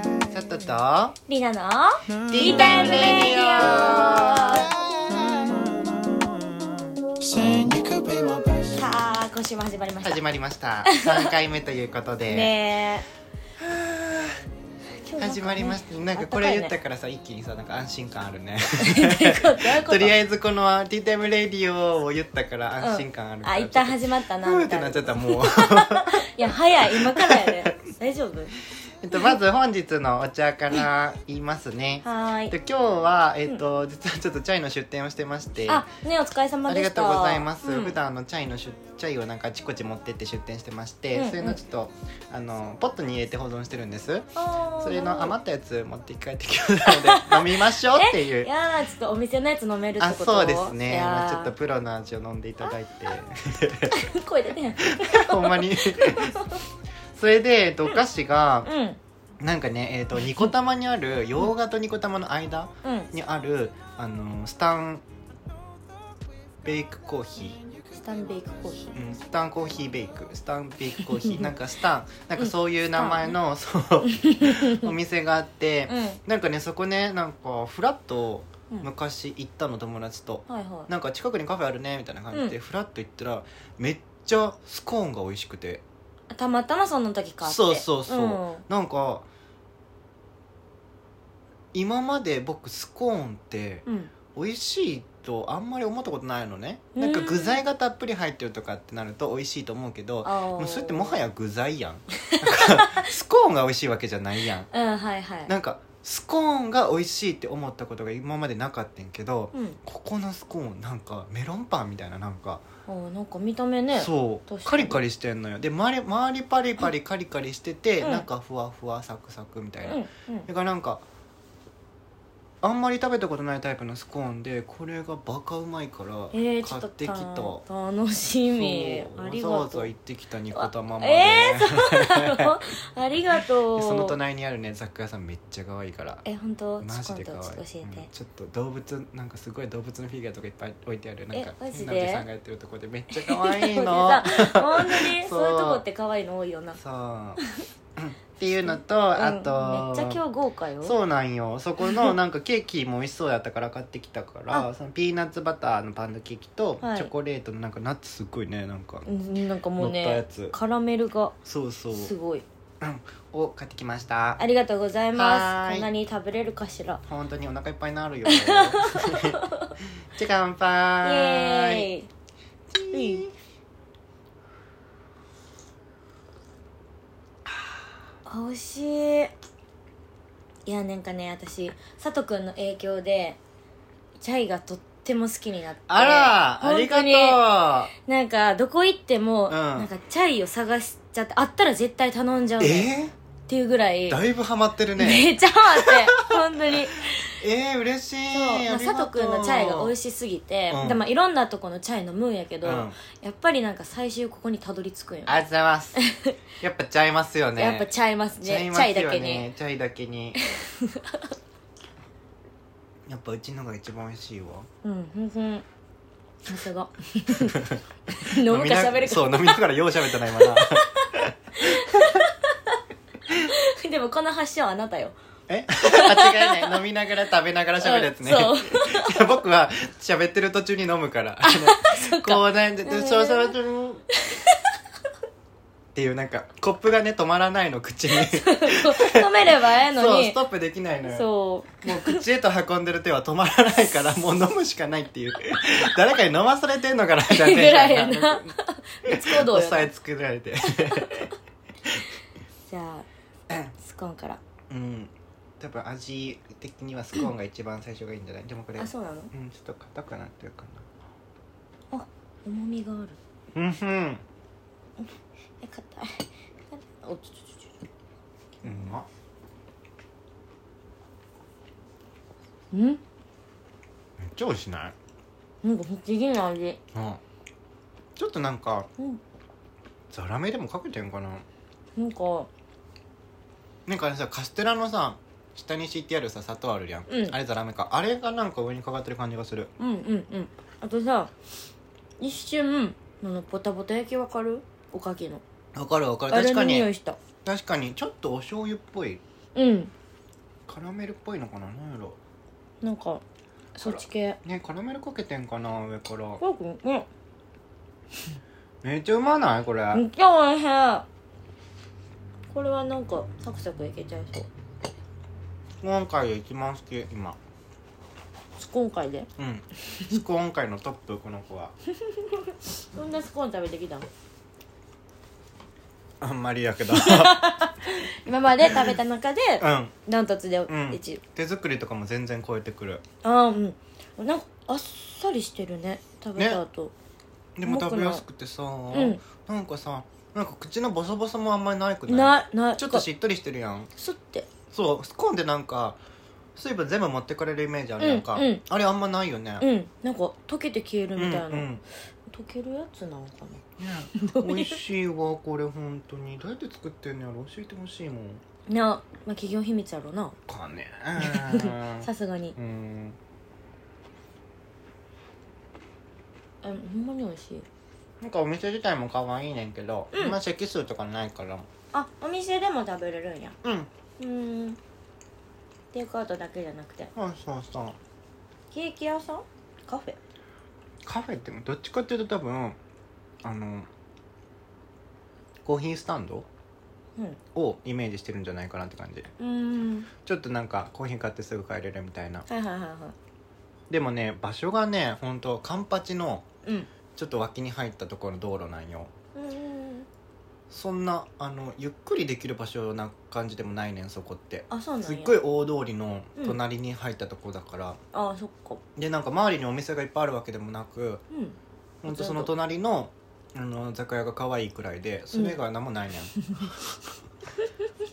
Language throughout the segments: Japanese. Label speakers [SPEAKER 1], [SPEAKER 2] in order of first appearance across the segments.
[SPEAKER 1] きたテ
[SPEAKER 2] りなのィータイムレディさあ今週も始まりました
[SPEAKER 1] 始まりました3回目ということで、
[SPEAKER 2] ねえ
[SPEAKER 1] 始まりましたなんかこれ言ったからさ一気にさなんか安心感あるね
[SPEAKER 2] たどういうこと
[SPEAKER 1] とりあえずこの「ティータイムレディオ」を言ったから安心感ある
[SPEAKER 2] う
[SPEAKER 1] か
[SPEAKER 2] ん
[SPEAKER 1] ら、
[SPEAKER 2] あ一旦始まったな
[SPEAKER 1] ふー
[SPEAKER 2] み
[SPEAKER 1] ったて
[SPEAKER 2] いな
[SPEAKER 1] なっちゃ
[SPEAKER 2] い
[SPEAKER 1] った もう
[SPEAKER 2] や早い今からやね大丈夫
[SPEAKER 1] えっとまず本日のお茶から言いますね
[SPEAKER 2] はー
[SPEAKER 1] で
[SPEAKER 2] い
[SPEAKER 1] 今日は、えっと実はちょっとチャイの出店をしてまして
[SPEAKER 2] あねお疲れ様
[SPEAKER 1] あり
[SPEAKER 2] で
[SPEAKER 1] が
[SPEAKER 2] し
[SPEAKER 1] と
[SPEAKER 2] た
[SPEAKER 1] うございます、
[SPEAKER 2] うん
[SPEAKER 1] 普段あのチャイの出チャイをなんかあちこち持ってって出店してまして、
[SPEAKER 2] うんうん
[SPEAKER 1] それのちょっとあのポットに入れて保存してるんです
[SPEAKER 2] あー
[SPEAKER 1] それの余ったやつ持って帰ってきましたので飲みましょうって い
[SPEAKER 2] いうやーちょっとお店のやつ飲めるって
[SPEAKER 1] あ
[SPEAKER 2] こと
[SPEAKER 1] そうですね、
[SPEAKER 2] い
[SPEAKER 1] まあ、
[SPEAKER 2] や
[SPEAKER 1] ち
[SPEAKER 2] ー
[SPEAKER 1] ょっとプロの味を飲んでいただいて
[SPEAKER 2] 声出てへん
[SPEAKER 1] ほんまに それで、えっと、お菓子が
[SPEAKER 2] うん
[SPEAKER 1] なんかねえっとニコ玉にある洋画とニコ玉の間
[SPEAKER 2] うん
[SPEAKER 1] にあるあのスタンベイクコーヒー
[SPEAKER 2] スタンベイクコーヒー
[SPEAKER 1] うん、スタンコーヒーベイクスタンベイクコーヒーなんかスタンなんかそういう名前の、そうお店があって、
[SPEAKER 2] う
[SPEAKER 1] なんかねそこねなんかフラッと
[SPEAKER 2] ん、うん、はい
[SPEAKER 1] 昔行ったの友達と、
[SPEAKER 2] はい
[SPEAKER 1] なんか近くにカフェあるねみたいな感じで、
[SPEAKER 2] う
[SPEAKER 1] フラッと行ったらめっちゃスコーンが美味しくて
[SPEAKER 2] あたまたまその時買って
[SPEAKER 1] そうそうそう、
[SPEAKER 2] ん
[SPEAKER 1] なんか今まで僕スコーンって
[SPEAKER 2] うん
[SPEAKER 1] 美味しいとあんまり思ったことないのねなんか具材がたっぷり入ってるとかってなると美味しいと思うけど、
[SPEAKER 2] あー
[SPEAKER 1] もうそれってもはや具材やん なんかスコーンが美味しいわけじゃないやん
[SPEAKER 2] うんはいはい
[SPEAKER 1] なんかスコーンが美味しいって思ったことが今までなかったんけど、
[SPEAKER 2] うん
[SPEAKER 1] ここのスコーンなんかメロンパンみたいななんか、
[SPEAKER 2] あーなんか見た目ね
[SPEAKER 1] そう
[SPEAKER 2] 確
[SPEAKER 1] カ
[SPEAKER 2] かに
[SPEAKER 1] リカリしてんのよで周り周りパリパリカリカリしてて、
[SPEAKER 2] うん
[SPEAKER 1] 中ふわふわサクサクみたいな、
[SPEAKER 2] うん
[SPEAKER 1] だからなんかあんまり食べたことないタイプのスコーンでこれがバカうまいから
[SPEAKER 2] うん
[SPEAKER 1] 買
[SPEAKER 2] えー、ちょっと
[SPEAKER 1] ってきた、
[SPEAKER 2] た楽しみ
[SPEAKER 1] そう
[SPEAKER 2] あり
[SPEAKER 1] わざ
[SPEAKER 2] が
[SPEAKER 1] わ
[SPEAKER 2] と
[SPEAKER 1] ざ
[SPEAKER 2] う
[SPEAKER 1] 行ってきたニコ玉まで、
[SPEAKER 2] え ありがと
[SPEAKER 1] で
[SPEAKER 2] う
[SPEAKER 1] その隣にあるね雑貨屋さんめっちゃ可愛いから
[SPEAKER 2] え本当
[SPEAKER 1] マジで
[SPEAKER 2] ち
[SPEAKER 1] 可
[SPEAKER 2] ょ
[SPEAKER 1] 愛
[SPEAKER 2] っ
[SPEAKER 1] い
[SPEAKER 2] とちょっと教え
[SPEAKER 1] うん
[SPEAKER 2] て、
[SPEAKER 1] ちょっと動物なんかすごい動物のフィギュアとかいっぱい置いてあるなんか
[SPEAKER 2] えマジで
[SPEAKER 1] 変なおじさんがやってるとこでめっちゃ可愛い の
[SPEAKER 2] だってさ本当に
[SPEAKER 1] そう
[SPEAKER 2] そういうとこって可愛いの多いよな
[SPEAKER 1] そう っていうのとあ
[SPEAKER 2] うん、めっち
[SPEAKER 1] と、
[SPEAKER 2] ゃ今日豪華よ
[SPEAKER 1] そうなんよそこの なんかケーキも美味しそうやったから買ってきたからそのピーナッツバターのパウンドケーキとチ
[SPEAKER 2] はい
[SPEAKER 1] ョコレートのなんかナッツすごいねなんか
[SPEAKER 2] うんなんかも
[SPEAKER 1] 乗
[SPEAKER 2] う
[SPEAKER 1] ったや
[SPEAKER 2] ね
[SPEAKER 1] つ
[SPEAKER 2] カラメルが
[SPEAKER 1] そうそう
[SPEAKER 2] すごい
[SPEAKER 1] を買ってきました
[SPEAKER 2] ありがとうござい
[SPEAKER 1] は
[SPEAKER 2] ま
[SPEAKER 1] ーい
[SPEAKER 2] すこんなに食べれるかしら
[SPEAKER 1] 本当にお腹いっぱいにな るよじゃあ乾
[SPEAKER 2] イ
[SPEAKER 1] 杯
[SPEAKER 2] エーイうんあ美味しいいやなんかね私佐藤君の影響でチャイがとっても好きになって
[SPEAKER 1] あら、ありが
[SPEAKER 2] 本当に
[SPEAKER 1] と
[SPEAKER 2] なんかどこ行っても、
[SPEAKER 1] ん
[SPEAKER 2] なんかチャイを探しちゃってあったら絶対頼んじゃう
[SPEAKER 1] う
[SPEAKER 2] ね
[SPEAKER 1] え
[SPEAKER 2] っていうぐらい、
[SPEAKER 1] ー、だいぶハマってるね
[SPEAKER 2] めっちゃハマって 本当に
[SPEAKER 1] えー、嬉しい
[SPEAKER 2] そう、まあ、佐藤君のチャイが美味
[SPEAKER 1] しい
[SPEAKER 2] しすぎて、
[SPEAKER 1] うん
[SPEAKER 2] でまあ、いろんなとこのチャイ飲むんやけど、
[SPEAKER 1] うん
[SPEAKER 2] やっぱりなんか最終ここにたどり着くんよ、
[SPEAKER 1] ありがとうございます やっぱちゃいますよね
[SPEAKER 2] やっぱちゃいます
[SPEAKER 1] ちゃ
[SPEAKER 2] ね
[SPEAKER 1] いま
[SPEAKER 2] チャ
[SPEAKER 1] す
[SPEAKER 2] イだ
[SPEAKER 1] よ
[SPEAKER 2] けに
[SPEAKER 1] ねチャイだけに やっぱうちのが一番美味しいわ
[SPEAKER 2] うんほんほんさすが飲むか喋る か
[SPEAKER 1] そう飲みな がらよう喋ったな今な
[SPEAKER 2] でもこの発祥はあなたよ
[SPEAKER 1] えあ違うね飲みながら食べながら喋るやつね、
[SPEAKER 2] うんそう
[SPEAKER 1] いや僕は喋ってる途中に飲むからあのこうねででそうそうそうっていうなんかコップがね止まらないの 口に
[SPEAKER 2] 飲めればええの
[SPEAKER 1] そう
[SPEAKER 2] に
[SPEAKER 1] ストップできないのよ
[SPEAKER 2] そう
[SPEAKER 1] もう口へと運んでる手は止まらない からもう飲むしかないっていう誰かに飲まされてんのか なみたい
[SPEAKER 2] ぐらいや
[SPEAKER 1] な
[SPEAKER 2] な別行動よ
[SPEAKER 1] 抑
[SPEAKER 2] な
[SPEAKER 1] えつけられて
[SPEAKER 2] じゃあスコーンから
[SPEAKER 1] うん多分味的にはスコーンが一番最初がいいんじゃないでもこれ
[SPEAKER 2] あそうな
[SPEAKER 1] う
[SPEAKER 2] の
[SPEAKER 1] んちょっと硬くなってるか
[SPEAKER 2] 重みがある
[SPEAKER 1] なうんふん
[SPEAKER 2] え硬 いおちょちょちょち
[SPEAKER 1] うんまっ
[SPEAKER 2] ょん
[SPEAKER 1] めっちゃ美味しない
[SPEAKER 2] なんか不思議な味
[SPEAKER 1] うんちょっとなんか
[SPEAKER 2] うん
[SPEAKER 1] ザラメでもかけてんかな
[SPEAKER 2] なんか
[SPEAKER 1] なんかあれさカステラのさ下に敷いてあるさ砂糖あるやん、
[SPEAKER 2] うん
[SPEAKER 1] あれザラメかあれがなんか上にかかってる感じがする
[SPEAKER 2] うんうんうんあとさ一瞬あのポタポタ焼きわかるおかきの
[SPEAKER 1] わかるわかる
[SPEAKER 2] あれ
[SPEAKER 1] 確
[SPEAKER 2] の
[SPEAKER 1] か
[SPEAKER 2] 匂い
[SPEAKER 1] に
[SPEAKER 2] した
[SPEAKER 1] 確かにちょっとお醤油っぽい
[SPEAKER 2] うん
[SPEAKER 1] カラメルっぽいのかな何やろ
[SPEAKER 2] なんかそっち系
[SPEAKER 1] ねカラメルかけてんかな上から
[SPEAKER 2] 怖くんうん
[SPEAKER 1] めっちゃうまないこれ、
[SPEAKER 2] めっちゃおいしいこれはなんかサクサクいけちゃいそう
[SPEAKER 1] 今回で一番好き今
[SPEAKER 2] スコーン界で
[SPEAKER 1] うん スコーン界のトップこの子は
[SPEAKER 2] どんなスコーン食べてきたの
[SPEAKER 1] あんまりやけど
[SPEAKER 2] 今まで食べた中で
[SPEAKER 1] うん
[SPEAKER 2] ダントツで
[SPEAKER 1] ん
[SPEAKER 2] 一位、
[SPEAKER 1] 手作りとかも全然超えてくる
[SPEAKER 2] あーうんなんかあっさりしてるね食べた後、
[SPEAKER 1] でも食べやすくてさ、
[SPEAKER 2] うん
[SPEAKER 1] なんかさなんか口のボソボソもあんまりないくない
[SPEAKER 2] ないない
[SPEAKER 1] ちょっとしっとりしてるやん
[SPEAKER 2] すって
[SPEAKER 1] そうスコーンでなんか水分全部持ってかれるイメージあるやんか、
[SPEAKER 2] うんうん
[SPEAKER 1] あれあんまないよね、
[SPEAKER 2] うんなんか溶けて消えるみたいな、
[SPEAKER 1] うんうん
[SPEAKER 2] 溶けるやつなのかな
[SPEAKER 1] ね、美味しいわこれ本当にどうやって作ってんのやろ教えてほしいもん
[SPEAKER 2] な、まあ、企業秘密やろな
[SPEAKER 1] かね
[SPEAKER 2] さすがに
[SPEAKER 1] うん
[SPEAKER 2] あほんまに美味しい
[SPEAKER 1] なんかお店自体も可愛いねんけど、
[SPEAKER 2] うん
[SPEAKER 1] 今席数とかないから
[SPEAKER 2] あお店でも食べれるんや
[SPEAKER 1] うん
[SPEAKER 2] うーんテイクアウトだけじゃなくて
[SPEAKER 1] そうそうそう
[SPEAKER 2] ケーキ屋さんカフェ
[SPEAKER 1] カフェってどっちかっていうと多分あのコーヒースタンド
[SPEAKER 2] うん
[SPEAKER 1] をイメージしてるんじゃないかなって感じ
[SPEAKER 2] うーん
[SPEAKER 1] ちょっとなんかコーヒー買ってすぐ帰れるみたいな
[SPEAKER 2] はいはいはいは
[SPEAKER 1] でもね場所がねほんとカンパチの
[SPEAKER 2] いうん
[SPEAKER 1] ちょっと脇に入ったところの道路なんよ
[SPEAKER 2] うーん
[SPEAKER 1] そんなあのゆっくりできる場所な感じでもないねんそこって
[SPEAKER 2] あそうなんや
[SPEAKER 1] すっごい大通りの隣に入ったところだから、
[SPEAKER 2] あそっか
[SPEAKER 1] でなんか周りにお店がいっぱいあるわけでもなく
[SPEAKER 2] うん
[SPEAKER 1] ほんとその隣のあの雑貨屋が可愛いくらいでそれ以外は何もないね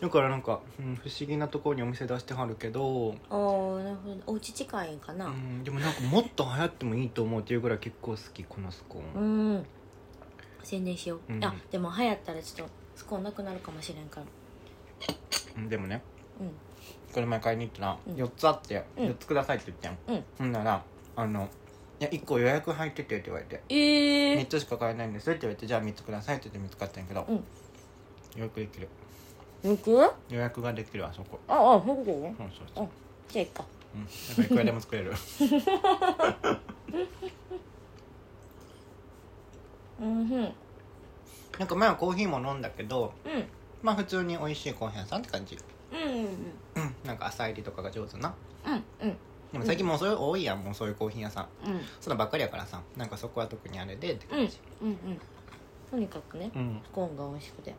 [SPEAKER 1] ん、だからなんか、うん、不思議なところにお店出してはるけど、
[SPEAKER 2] あーなるほどお家近いんか
[SPEAKER 1] う
[SPEAKER 2] な、
[SPEAKER 1] ん、でもなんかもっと流行ってもいいと思うっていうぐらい結構好きこのスコー
[SPEAKER 2] う
[SPEAKER 1] ン、
[SPEAKER 2] ーん宣伝しよう、
[SPEAKER 1] うん
[SPEAKER 2] あでも流行ったらちょっとスコーンなくなるかもしれんから
[SPEAKER 1] うん、でもね
[SPEAKER 2] う
[SPEAKER 1] この前買いに行ったら
[SPEAKER 2] うん
[SPEAKER 1] 4つあって
[SPEAKER 2] うん
[SPEAKER 1] 4つくださいって言ってん、
[SPEAKER 2] うん
[SPEAKER 1] ほんならあの「いや1個予約入ってて」って言われて
[SPEAKER 2] んえ
[SPEAKER 1] 3つしか買えないんですって言われてじゃあ3つくださいって言って3つ買ったんやけど、
[SPEAKER 2] うん
[SPEAKER 1] 予約できる
[SPEAKER 2] 抜くあ
[SPEAKER 1] 予約ができるあそこ
[SPEAKER 2] あほんとね
[SPEAKER 1] そうそうそう
[SPEAKER 2] じゃあいっか
[SPEAKER 1] うんなんかいくらでも作れる
[SPEAKER 2] うんふんうん
[SPEAKER 1] なんか前はコーヒーも飲んだけどまあ普通に美味しいコーヒー屋さんって感じ
[SPEAKER 2] うんうんうん
[SPEAKER 1] うんなんか浅入りとかが上手な
[SPEAKER 2] うん
[SPEAKER 1] でも最近もうそういう多いやんもうそういうコーヒー屋さん
[SPEAKER 2] うん
[SPEAKER 1] そんなばっかりやからさなんかそこは特にあれでって
[SPEAKER 2] うん
[SPEAKER 1] 感じ
[SPEAKER 2] うんうんとにかくね
[SPEAKER 1] うん
[SPEAKER 2] スコーンが美味しくて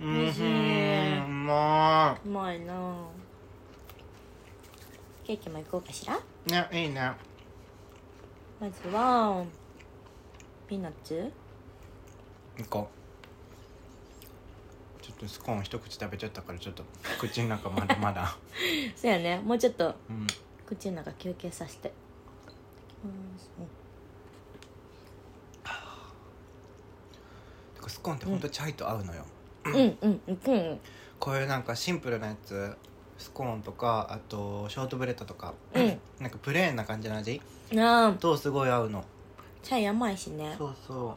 [SPEAKER 1] うん
[SPEAKER 2] 美味し
[SPEAKER 1] う
[SPEAKER 2] い
[SPEAKER 1] んうま
[SPEAKER 2] うまいなあケーキも行こうかしら
[SPEAKER 1] いねいいね
[SPEAKER 2] まずはピーナッツ
[SPEAKER 1] 行こうちょっとスコーン一口食べちゃったからちょっと口の中まだま だ
[SPEAKER 2] そうやねもうちょっと
[SPEAKER 1] うん
[SPEAKER 2] 口の中休憩させて
[SPEAKER 1] てかスコーンってほんとチャイと合うのよ、
[SPEAKER 2] うんうんうんうん
[SPEAKER 1] こういうなんかシンプルなやつスコーンとかあとショートブレッドとか、
[SPEAKER 2] うん
[SPEAKER 1] なんかプレーンな感じの味
[SPEAKER 2] うんああ
[SPEAKER 1] とすごい合うの
[SPEAKER 2] チャイ甘いしね
[SPEAKER 1] そうそ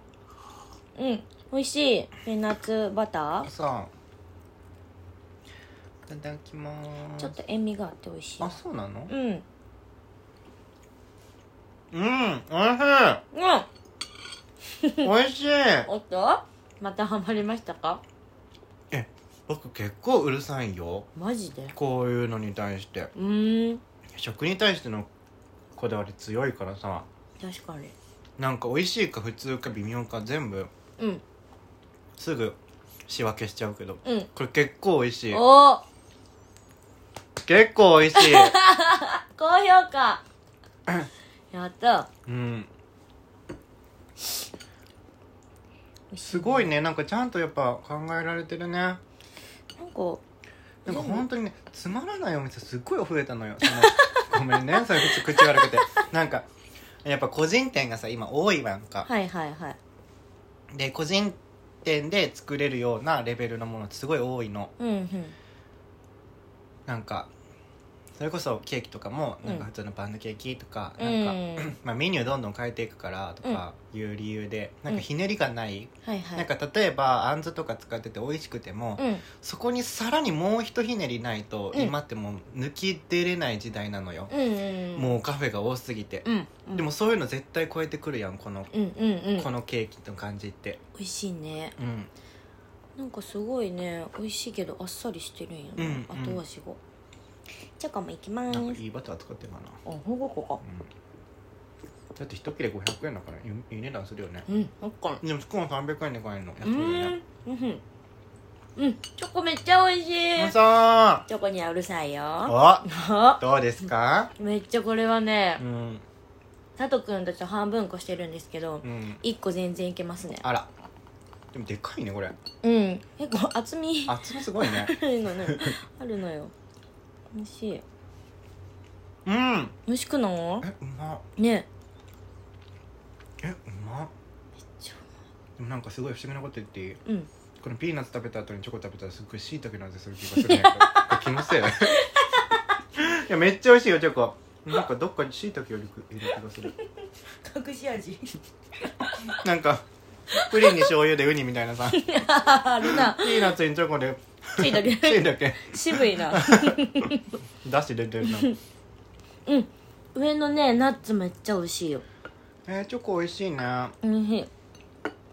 [SPEAKER 2] うん美味しいピーナッツバタ
[SPEAKER 1] う
[SPEAKER 2] ー
[SPEAKER 1] さあいただきまーす
[SPEAKER 2] ちょっと塩味があって美味しい
[SPEAKER 1] あそうなの
[SPEAKER 2] うんうん
[SPEAKER 1] うんおいしいおいしい
[SPEAKER 2] おっとまたハマりましたか
[SPEAKER 1] 僕結構うるさいよ
[SPEAKER 2] マジで
[SPEAKER 1] こういうのに対して
[SPEAKER 2] うーん
[SPEAKER 1] 食に対してのこだわり強いからさ
[SPEAKER 2] 確かに
[SPEAKER 1] なんか美味しいか普通か微妙か全部
[SPEAKER 2] うん
[SPEAKER 1] すぐ仕分けしちゃうけど
[SPEAKER 2] うん
[SPEAKER 1] これ結構美味しい
[SPEAKER 2] おお
[SPEAKER 1] 結構美味しい
[SPEAKER 2] 高評 価やった
[SPEAKER 1] うん
[SPEAKER 2] 美味し
[SPEAKER 1] すごいねなんかちゃんとやっぱ考えられてるね
[SPEAKER 2] なんか
[SPEAKER 1] なんか本当にねつまらないお店すっごい増えたのよそのごめんねそれ口口悪くてなんかやっぱ個人店がさ今多いわんか、
[SPEAKER 2] はいはいはい
[SPEAKER 1] で個人店で作れるようなレベルのものってすごい多いの
[SPEAKER 2] うんうん
[SPEAKER 1] なんかそれこそケーキとかもなんか普通のパンのケーキとか、なんか、
[SPEAKER 2] うん
[SPEAKER 1] まあ、メニューどんどん変えていくからとかいう理由で、なんかひねりがない、
[SPEAKER 2] はいはい
[SPEAKER 1] なんか例えばあんずとか使ってて美味しくても、
[SPEAKER 2] うん
[SPEAKER 1] そこにさらにもうひとひねりないと、
[SPEAKER 2] うん
[SPEAKER 1] 今ってもう抜き出れない時代なのよ、
[SPEAKER 2] うんうんうん
[SPEAKER 1] もうカフェが多すぎて、
[SPEAKER 2] うんうん
[SPEAKER 1] でもそういうの絶対超えてくるやんこの、
[SPEAKER 2] うんうんうん
[SPEAKER 1] このケーキの感じって
[SPEAKER 2] 美味しいね
[SPEAKER 1] うん
[SPEAKER 2] なんかすごいね美味しいけどあっさりしてるんやな、
[SPEAKER 1] うんうん
[SPEAKER 2] 後味がチョコもいきま
[SPEAKER 1] なん
[SPEAKER 2] ー
[SPEAKER 1] か
[SPEAKER 2] す
[SPEAKER 1] いいバター使ってるかな、
[SPEAKER 2] あほぼこ
[SPEAKER 1] うん、だって一切れ500円だからいいい値段するよね
[SPEAKER 2] かうんほっか
[SPEAKER 1] でもスコーン300円で買えるの安
[SPEAKER 2] う
[SPEAKER 1] いよ
[SPEAKER 2] ん
[SPEAKER 1] ね
[SPEAKER 2] うんうんチョコめっちゃ美味し
[SPEAKER 1] う
[SPEAKER 2] い
[SPEAKER 1] まそう
[SPEAKER 2] チョコにはうるさいよ
[SPEAKER 1] お
[SPEAKER 2] あ
[SPEAKER 1] どうですか
[SPEAKER 2] めっちゃこれはね
[SPEAKER 1] うん
[SPEAKER 2] 佐藤君とちょっと半分こしてるんですけど
[SPEAKER 1] うん
[SPEAKER 2] 一個全然いけますね
[SPEAKER 1] あらでもでかいねこれ
[SPEAKER 2] うん結構厚みあ
[SPEAKER 1] 厚みすご いね
[SPEAKER 2] るのねあるのよ美味しい
[SPEAKER 1] うん
[SPEAKER 2] 美味しくない
[SPEAKER 1] えうまっ
[SPEAKER 2] ね
[SPEAKER 1] えうまっ
[SPEAKER 2] ちょ
[SPEAKER 1] でもなんかすごい不思議なこと言っていい
[SPEAKER 2] うん
[SPEAKER 1] このピーナッツ食べた後にチョコ食べたらすっごい椎茸の味する気がするんや けど気のせいいやめっちゃ美味しいよチョコなんかどっかに椎茸よりいる気がする
[SPEAKER 2] 隠し味
[SPEAKER 1] なんかプリンに醤油でウニみたいなさピ
[SPEAKER 2] あるな
[SPEAKER 1] ーナッツにチョコで
[SPEAKER 2] ついたけ
[SPEAKER 1] 椎茸
[SPEAKER 2] 渋いな
[SPEAKER 1] だし出てるの
[SPEAKER 2] うん上のねナッツめっちゃ美味しいよ
[SPEAKER 1] えー、チョコ美味しいねな
[SPEAKER 2] 美味し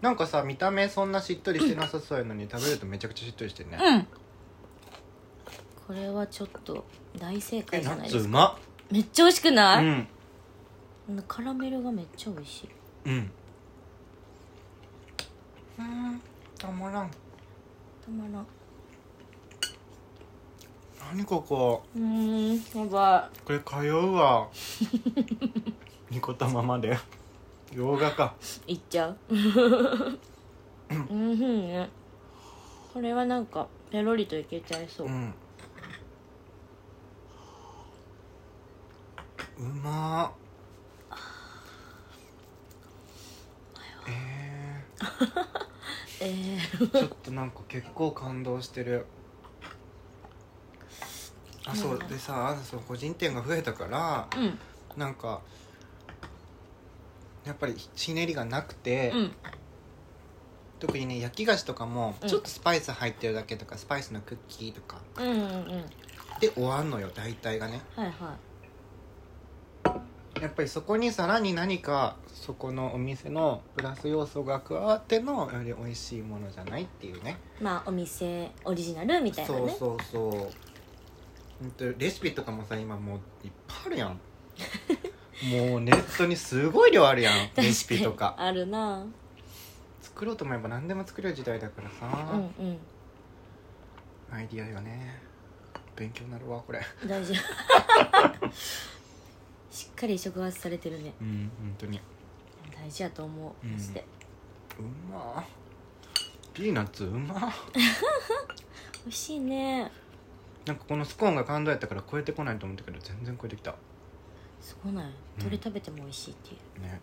[SPEAKER 2] い
[SPEAKER 1] んかさ見た目そんなしっとりしてなさそうやのに食べるとめちゃくちゃしっとりしてるね
[SPEAKER 2] うんこれはちょっと大正
[SPEAKER 1] え
[SPEAKER 2] 解じ
[SPEAKER 1] ナ
[SPEAKER 2] ゃな
[SPEAKER 1] ッ
[SPEAKER 2] い
[SPEAKER 1] ツ
[SPEAKER 2] で
[SPEAKER 1] う
[SPEAKER 2] すか
[SPEAKER 1] ま
[SPEAKER 2] めっちゃ美味しく
[SPEAKER 1] っ
[SPEAKER 2] な
[SPEAKER 1] う
[SPEAKER 2] い、
[SPEAKER 1] ん
[SPEAKER 2] うんカラメルがめっちゃ美味しい
[SPEAKER 1] うんうんたまらん
[SPEAKER 2] たまらん
[SPEAKER 1] 何ここ
[SPEAKER 2] うーんやば
[SPEAKER 1] これ通う わニコ玉まで洋画か
[SPEAKER 2] いいっちゃ ううんふんねこれはなんかペロリといけちゃいそうう、
[SPEAKER 1] んうまーえ
[SPEAKER 2] ええ
[SPEAKER 1] ー、ちょっとなんか結構感動してる あそうでさそう個人店が増えたから
[SPEAKER 2] ー、うん
[SPEAKER 1] なんかやっぱりひねりがなくて、
[SPEAKER 2] うん
[SPEAKER 1] 特にね焼き菓子とかも
[SPEAKER 2] うん
[SPEAKER 1] ちょっとスパイス入ってるだけとか、スパイスのクッキーとか
[SPEAKER 2] うんうんうん
[SPEAKER 1] で終わんのよ大体がね
[SPEAKER 2] はいは
[SPEAKER 1] やっぱりそこにさらに何かそこのお店のプラス要素が加わってのより美味しいものじゃないっていうね
[SPEAKER 2] いまあお店オリジナルみたいな
[SPEAKER 1] そう
[SPEAKER 2] ね
[SPEAKER 1] そうそうほんとレシピとかもさ今もういっぱいあるやんもうネットにすごい量あるやん
[SPEAKER 2] 確かに
[SPEAKER 1] レシピとか
[SPEAKER 2] あるな
[SPEAKER 1] 作ろうと思えば何でも作れる時代だから
[SPEAKER 2] うん
[SPEAKER 1] さ、
[SPEAKER 2] うん
[SPEAKER 1] アイディアよね勉強になるわこれ
[SPEAKER 2] 大事 しっかり触発されてるね
[SPEAKER 1] うん本当に
[SPEAKER 2] 大事やと思う、
[SPEAKER 1] うん
[SPEAKER 2] マジで
[SPEAKER 1] うまピーナッツうま
[SPEAKER 2] 美味しいね
[SPEAKER 1] なんかこのスコーンが感動やったから超えてこないと思ったけど全然超えてきた
[SPEAKER 2] すごない
[SPEAKER 1] うん
[SPEAKER 2] どれ食べても美味しいっていう
[SPEAKER 1] ね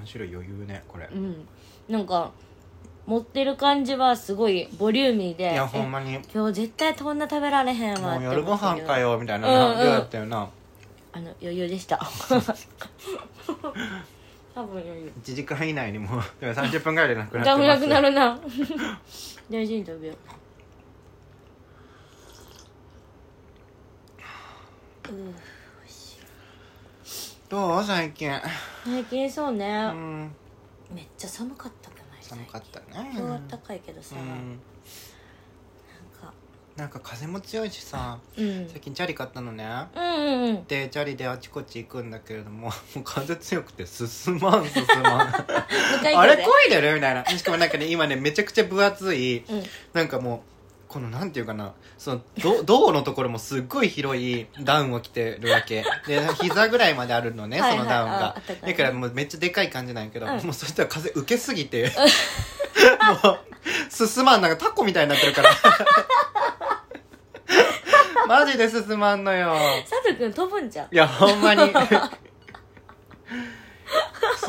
[SPEAKER 1] 3種類余裕ねこれ、
[SPEAKER 2] うんなんか持ってる感じはすごいボリューミーで
[SPEAKER 1] いやほんまに
[SPEAKER 2] え今日絶対こんな食べられへんわ
[SPEAKER 1] もう
[SPEAKER 2] って
[SPEAKER 1] 夜
[SPEAKER 2] 思
[SPEAKER 1] ご
[SPEAKER 2] ったけ
[SPEAKER 1] 飯
[SPEAKER 2] ど
[SPEAKER 1] かよみたいな
[SPEAKER 2] う
[SPEAKER 1] な
[SPEAKER 2] んうん
[SPEAKER 1] 量やったよな、
[SPEAKER 2] あの余裕でした 多分余裕
[SPEAKER 1] 1時間以内にもう でも30分ぐらいでなくなって
[SPEAKER 2] ダ
[SPEAKER 1] ます
[SPEAKER 2] メなくなる な大事に食べよううん
[SPEAKER 1] どう最近
[SPEAKER 2] 最近そうね、
[SPEAKER 1] うん
[SPEAKER 2] めっちゃ寒かったくない
[SPEAKER 1] 寒かったね
[SPEAKER 2] 最近今日あったかいけどさ、
[SPEAKER 1] う
[SPEAKER 2] なん
[SPEAKER 1] ん
[SPEAKER 2] か
[SPEAKER 1] なんか風も強いしさ
[SPEAKER 2] うん
[SPEAKER 1] 最近チャリ買ったのね
[SPEAKER 2] うんうんうん
[SPEAKER 1] でチャリであちこち行くんだけれどもも う風強くて進まん進ま ん
[SPEAKER 2] 向かい
[SPEAKER 1] あれ
[SPEAKER 2] 風
[SPEAKER 1] こいでるみたいなしかもなんかね今ねめちゃくちゃ分厚い
[SPEAKER 2] うん
[SPEAKER 1] なんかもうこのなんていうかなそのど 道路のところもすっごい広いダウンを着てるわけで膝ぐらいまであるのね
[SPEAKER 2] はいは
[SPEAKER 1] そ
[SPEAKER 2] い
[SPEAKER 1] のダウン
[SPEAKER 2] ああ
[SPEAKER 1] が
[SPEAKER 2] ったかい
[SPEAKER 1] だからもうめっちゃでかい感じなんやけど、
[SPEAKER 2] うん
[SPEAKER 1] もうそしたら風受けすぎ てもう進まんなんかタコみたいになってるから マジで進まんのよ
[SPEAKER 2] 佐藤君飛ぶんじゃん
[SPEAKER 1] いやほんま にす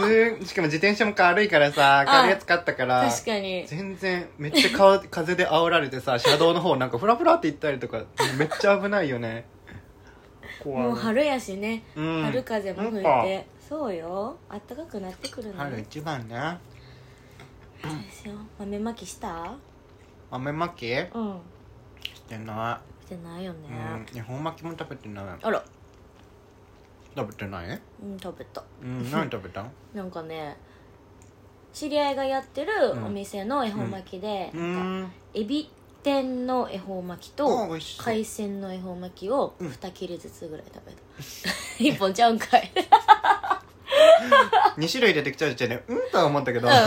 [SPEAKER 1] しかも自転車も軽いからさ軽いやつ買ったから
[SPEAKER 2] 確かに
[SPEAKER 1] 全然めっちゃ顔風で煽られてさ車道の方なんかフラフラって行ったりとかめっちゃ危ないよね怖い
[SPEAKER 2] もう春やしね、
[SPEAKER 1] うん
[SPEAKER 2] 春風も吹い
[SPEAKER 1] なん
[SPEAKER 2] てそうよあったかくなってくるの
[SPEAKER 1] か春一番ね
[SPEAKER 2] そうですよ豆まきした
[SPEAKER 1] 豆まきし
[SPEAKER 2] うん
[SPEAKER 1] てな
[SPEAKER 2] してないよね
[SPEAKER 1] い、うん、恵方巻きも食べてない
[SPEAKER 2] あら
[SPEAKER 1] 食べてない
[SPEAKER 2] うん食べた
[SPEAKER 1] うん何食べた
[SPEAKER 2] なんかね知り合いがやってる
[SPEAKER 1] うん
[SPEAKER 2] お店の恵方巻きで、
[SPEAKER 1] う
[SPEAKER 2] なんか
[SPEAKER 1] ん
[SPEAKER 2] エビ天の恵方巻き
[SPEAKER 1] あ
[SPEAKER 2] と
[SPEAKER 1] 美味しそう
[SPEAKER 2] 海鮮の恵方巻きを
[SPEAKER 1] うん
[SPEAKER 2] 2切れずつぐらい食べた 一本ちゃうんかい
[SPEAKER 1] 2種類出てきちゃう時点でうんとは思ったけど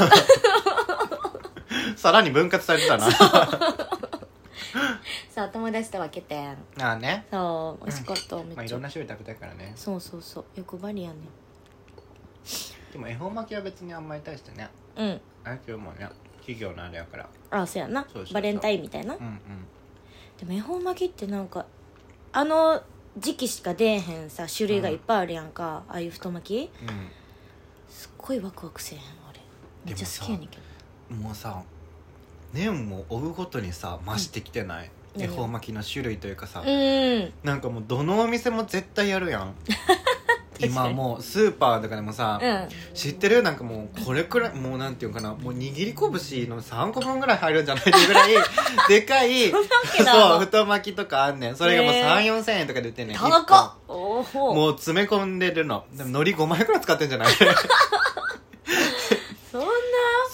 [SPEAKER 1] さらに分割されてたな
[SPEAKER 2] さあ友達と分けて
[SPEAKER 1] ああね
[SPEAKER 2] そう美味しかった、
[SPEAKER 1] まあ
[SPEAKER 2] めっ
[SPEAKER 1] い
[SPEAKER 2] ち
[SPEAKER 1] ろ
[SPEAKER 2] ゃ、
[SPEAKER 1] んな種類食べたいからね
[SPEAKER 2] そうそうそう欲張りやね
[SPEAKER 1] でも恵方巻きは別にあんまり大してね
[SPEAKER 2] うん
[SPEAKER 1] あれ今日もね企業のあれやから
[SPEAKER 2] あそうやな
[SPEAKER 1] そうそうそう
[SPEAKER 2] バレンタインみたいな
[SPEAKER 1] うんうん
[SPEAKER 2] でも恵方巻きってなんかあの時期しか出えへんさ種類がいっぱいあるやんか、ああいう太巻き
[SPEAKER 1] うん
[SPEAKER 2] すっごいワクワクせえへんあれめっちゃ好きやねんけど
[SPEAKER 1] もうさ年を追うごとにさ増してきてない、
[SPEAKER 2] うん
[SPEAKER 1] 恵方巻きの種類というかさ、
[SPEAKER 2] うん
[SPEAKER 1] なんかもうどのお店も絶対やるや ん
[SPEAKER 2] に
[SPEAKER 1] 今もうスーパーとかでもさ、
[SPEAKER 2] うん
[SPEAKER 1] 知ってるなんかもうこれくらいもうなんていうかなもう握り拳の3個分ぐらい入るんじゃないっていうぐ らいでかい
[SPEAKER 2] けな
[SPEAKER 1] そう太巻きとかあんねんそれがもう
[SPEAKER 2] へ
[SPEAKER 1] 3
[SPEAKER 2] ー
[SPEAKER 1] 4 0 0円とかで売ってんねん
[SPEAKER 2] 田中おお
[SPEAKER 1] 一本もう詰め込んでるのでも海苔5枚くらい使ってんじゃ ない
[SPEAKER 2] そんな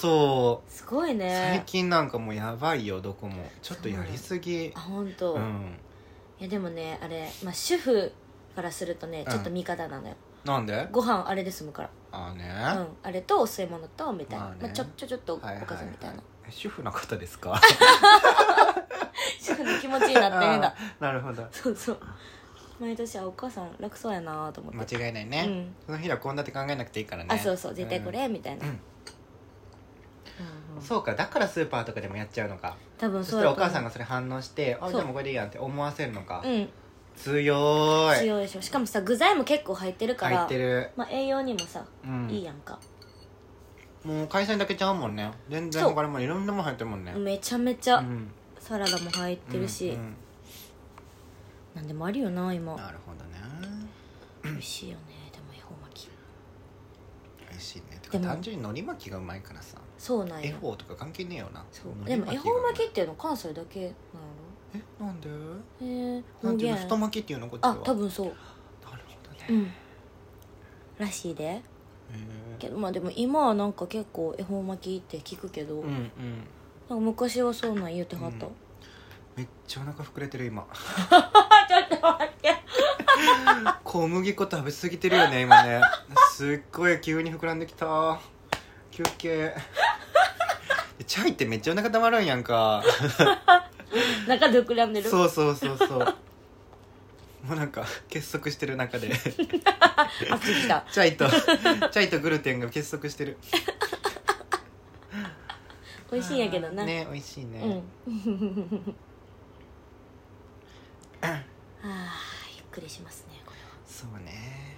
[SPEAKER 1] そう
[SPEAKER 2] すごい
[SPEAKER 1] 最
[SPEAKER 2] ね
[SPEAKER 1] 近なんかもうやばいよどこもちょっとやりすぎ
[SPEAKER 2] あ本当、
[SPEAKER 1] うん
[SPEAKER 2] いやでもねあれ、まあ、主婦からするとね
[SPEAKER 1] うん
[SPEAKER 2] ちょっと味方なのよ、
[SPEAKER 1] なんで
[SPEAKER 2] ご飯あれで済むか
[SPEAKER 1] ああね、
[SPEAKER 2] ら、うん、あれとお吸い物とみたいな、
[SPEAKER 1] ま
[SPEAKER 2] ま
[SPEAKER 1] あ
[SPEAKER 2] あ
[SPEAKER 1] ね
[SPEAKER 2] ちょちょちょっとお
[SPEAKER 1] はいはい
[SPEAKER 2] かずみたいな、
[SPEAKER 1] はい主婦の方ですか
[SPEAKER 2] 主婦の気持ちになってんだ
[SPEAKER 1] あーなるほど
[SPEAKER 2] そうそう毎年はお母さん楽そうやなと思って
[SPEAKER 1] 間違いないね、
[SPEAKER 2] うん
[SPEAKER 1] その日は献立考えなくていいからね
[SPEAKER 2] あそうそう絶対これ、みたいな、
[SPEAKER 1] う
[SPEAKER 2] うんん
[SPEAKER 1] う
[SPEAKER 2] うんん
[SPEAKER 1] そうかだからスーパーとかでもやっちゃうのか
[SPEAKER 2] 多分
[SPEAKER 1] そ
[SPEAKER 2] そ
[SPEAKER 1] し
[SPEAKER 2] う
[SPEAKER 1] たら
[SPEAKER 2] やと
[SPEAKER 1] お
[SPEAKER 2] 思う
[SPEAKER 1] 母さんがそれ反応して「あ
[SPEAKER 2] そう
[SPEAKER 1] じゃあもうこれでいいやん」って思わせるのか、
[SPEAKER 2] うん
[SPEAKER 1] 強い
[SPEAKER 2] 強いでしょしかもさ具材も結構入ってるか
[SPEAKER 1] 入
[SPEAKER 2] ら
[SPEAKER 1] ってる、
[SPEAKER 2] まあ、栄養にもさ、
[SPEAKER 1] うん、
[SPEAKER 2] いいやんか
[SPEAKER 1] もう海鮮だけちゃうもんね全然
[SPEAKER 2] そう
[SPEAKER 1] 他にもいろんなもん入ってるもんね
[SPEAKER 2] めちゃめちゃ
[SPEAKER 1] うん
[SPEAKER 2] サラダも入ってるし、
[SPEAKER 1] うんうん
[SPEAKER 2] なんでもあるよな今
[SPEAKER 1] なるほどね
[SPEAKER 2] 美味しいよねでも恵方巻き
[SPEAKER 1] 美味しいねてか
[SPEAKER 2] でも
[SPEAKER 1] 単純に海苔巻きがうまいからさ
[SPEAKER 2] そうなん
[SPEAKER 1] 恵
[SPEAKER 2] や
[SPEAKER 1] 方とか関係ねえよな
[SPEAKER 2] そうでも恵方巻きっていうの関西だけなの
[SPEAKER 1] えなんで
[SPEAKER 2] へえ
[SPEAKER 1] な
[SPEAKER 2] 方
[SPEAKER 1] んていう
[SPEAKER 2] 言
[SPEAKER 1] の太巻きっていうのこっちは
[SPEAKER 2] あ多分そう
[SPEAKER 1] なるほどね、
[SPEAKER 2] う
[SPEAKER 1] へ
[SPEAKER 2] んらしいで
[SPEAKER 1] え
[SPEAKER 2] けどまあでも今はなんか結構恵方巻きって聞くけど、
[SPEAKER 1] うんうん
[SPEAKER 2] なんか昔はそうなん言うてはった、
[SPEAKER 1] うん めっちゃお腹膨れてる今
[SPEAKER 2] あちょっと待って
[SPEAKER 1] 小麦粉食べ過ぎてるよね今ねすっごい急に膨らんできた休 憩チャイってめっちゃお腹たまるんやんか
[SPEAKER 2] 中で膨らんでる
[SPEAKER 1] そうそうそうそうもうなんか結束してる中で
[SPEAKER 2] あつきた
[SPEAKER 1] チャイとチ ャイとグルテンが結束してる
[SPEAKER 2] 美味しいんやけどな、
[SPEAKER 1] ね美味しいね、
[SPEAKER 2] うんは あゆっくりしますねこ
[SPEAKER 1] そうね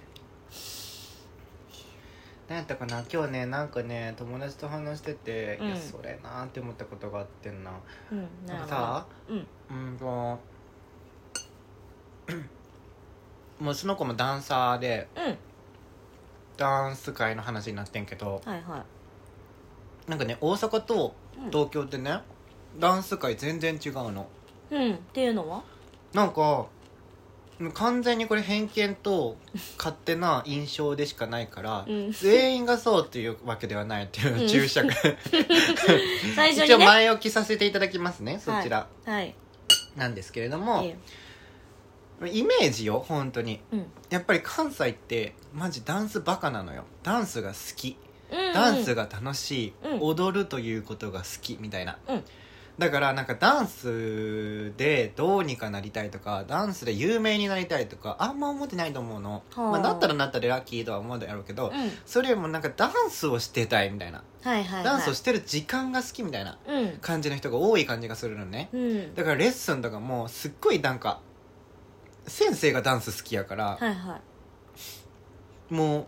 [SPEAKER 1] なんやったかな今日ねなんかね友達と話してて、
[SPEAKER 2] うん
[SPEAKER 1] いやそれなーって思ったことがあってんな
[SPEAKER 2] れうん
[SPEAKER 1] なんか
[SPEAKER 2] るほど
[SPEAKER 1] さ
[SPEAKER 2] うん
[SPEAKER 1] うんと もうその子もダンサーで
[SPEAKER 2] うん
[SPEAKER 1] ダンス界の話になってんけど
[SPEAKER 2] はいは
[SPEAKER 1] なんかね大阪と
[SPEAKER 2] いうん
[SPEAKER 1] 東京ってね、ダンス界全然違うの
[SPEAKER 2] うんっていうのは
[SPEAKER 1] なんかもう完全にこれ偏見と勝手な印象でしかないから、
[SPEAKER 2] うん
[SPEAKER 1] 全員がそうっていうわけではないっていううん注釈、
[SPEAKER 2] 最初
[SPEAKER 1] 一応
[SPEAKER 2] にね
[SPEAKER 1] 前置きさせていただきますねそちら
[SPEAKER 2] はい
[SPEAKER 1] なんですけれど
[SPEAKER 2] いい
[SPEAKER 1] も
[SPEAKER 2] よ
[SPEAKER 1] イメージよ本当に
[SPEAKER 2] うん
[SPEAKER 1] やっぱり関西ってマジダンスバカなのよダンスが好き
[SPEAKER 2] うん
[SPEAKER 1] ダンスが楽しい、
[SPEAKER 2] うん
[SPEAKER 1] 踊るということが好きみたいな、
[SPEAKER 2] うん
[SPEAKER 1] だからなんかダンスでどうにかなりたいとかダンスで有名になりたいとかあんま思ってないと思うの、
[SPEAKER 2] はあ
[SPEAKER 1] まあ、なったらなったでラッキーとは思うだろうけど、
[SPEAKER 2] うん
[SPEAKER 1] それよりもなんかダンスをしてたいみたいな、
[SPEAKER 2] はいはいはい
[SPEAKER 1] ダンスをしてる時間が好きみたいな
[SPEAKER 2] うん
[SPEAKER 1] 感じの人が多い感じがするのね
[SPEAKER 2] うん
[SPEAKER 1] だからレッスンとかもすっごいなんか先生がダンス好きやから、
[SPEAKER 2] はいはい
[SPEAKER 1] もう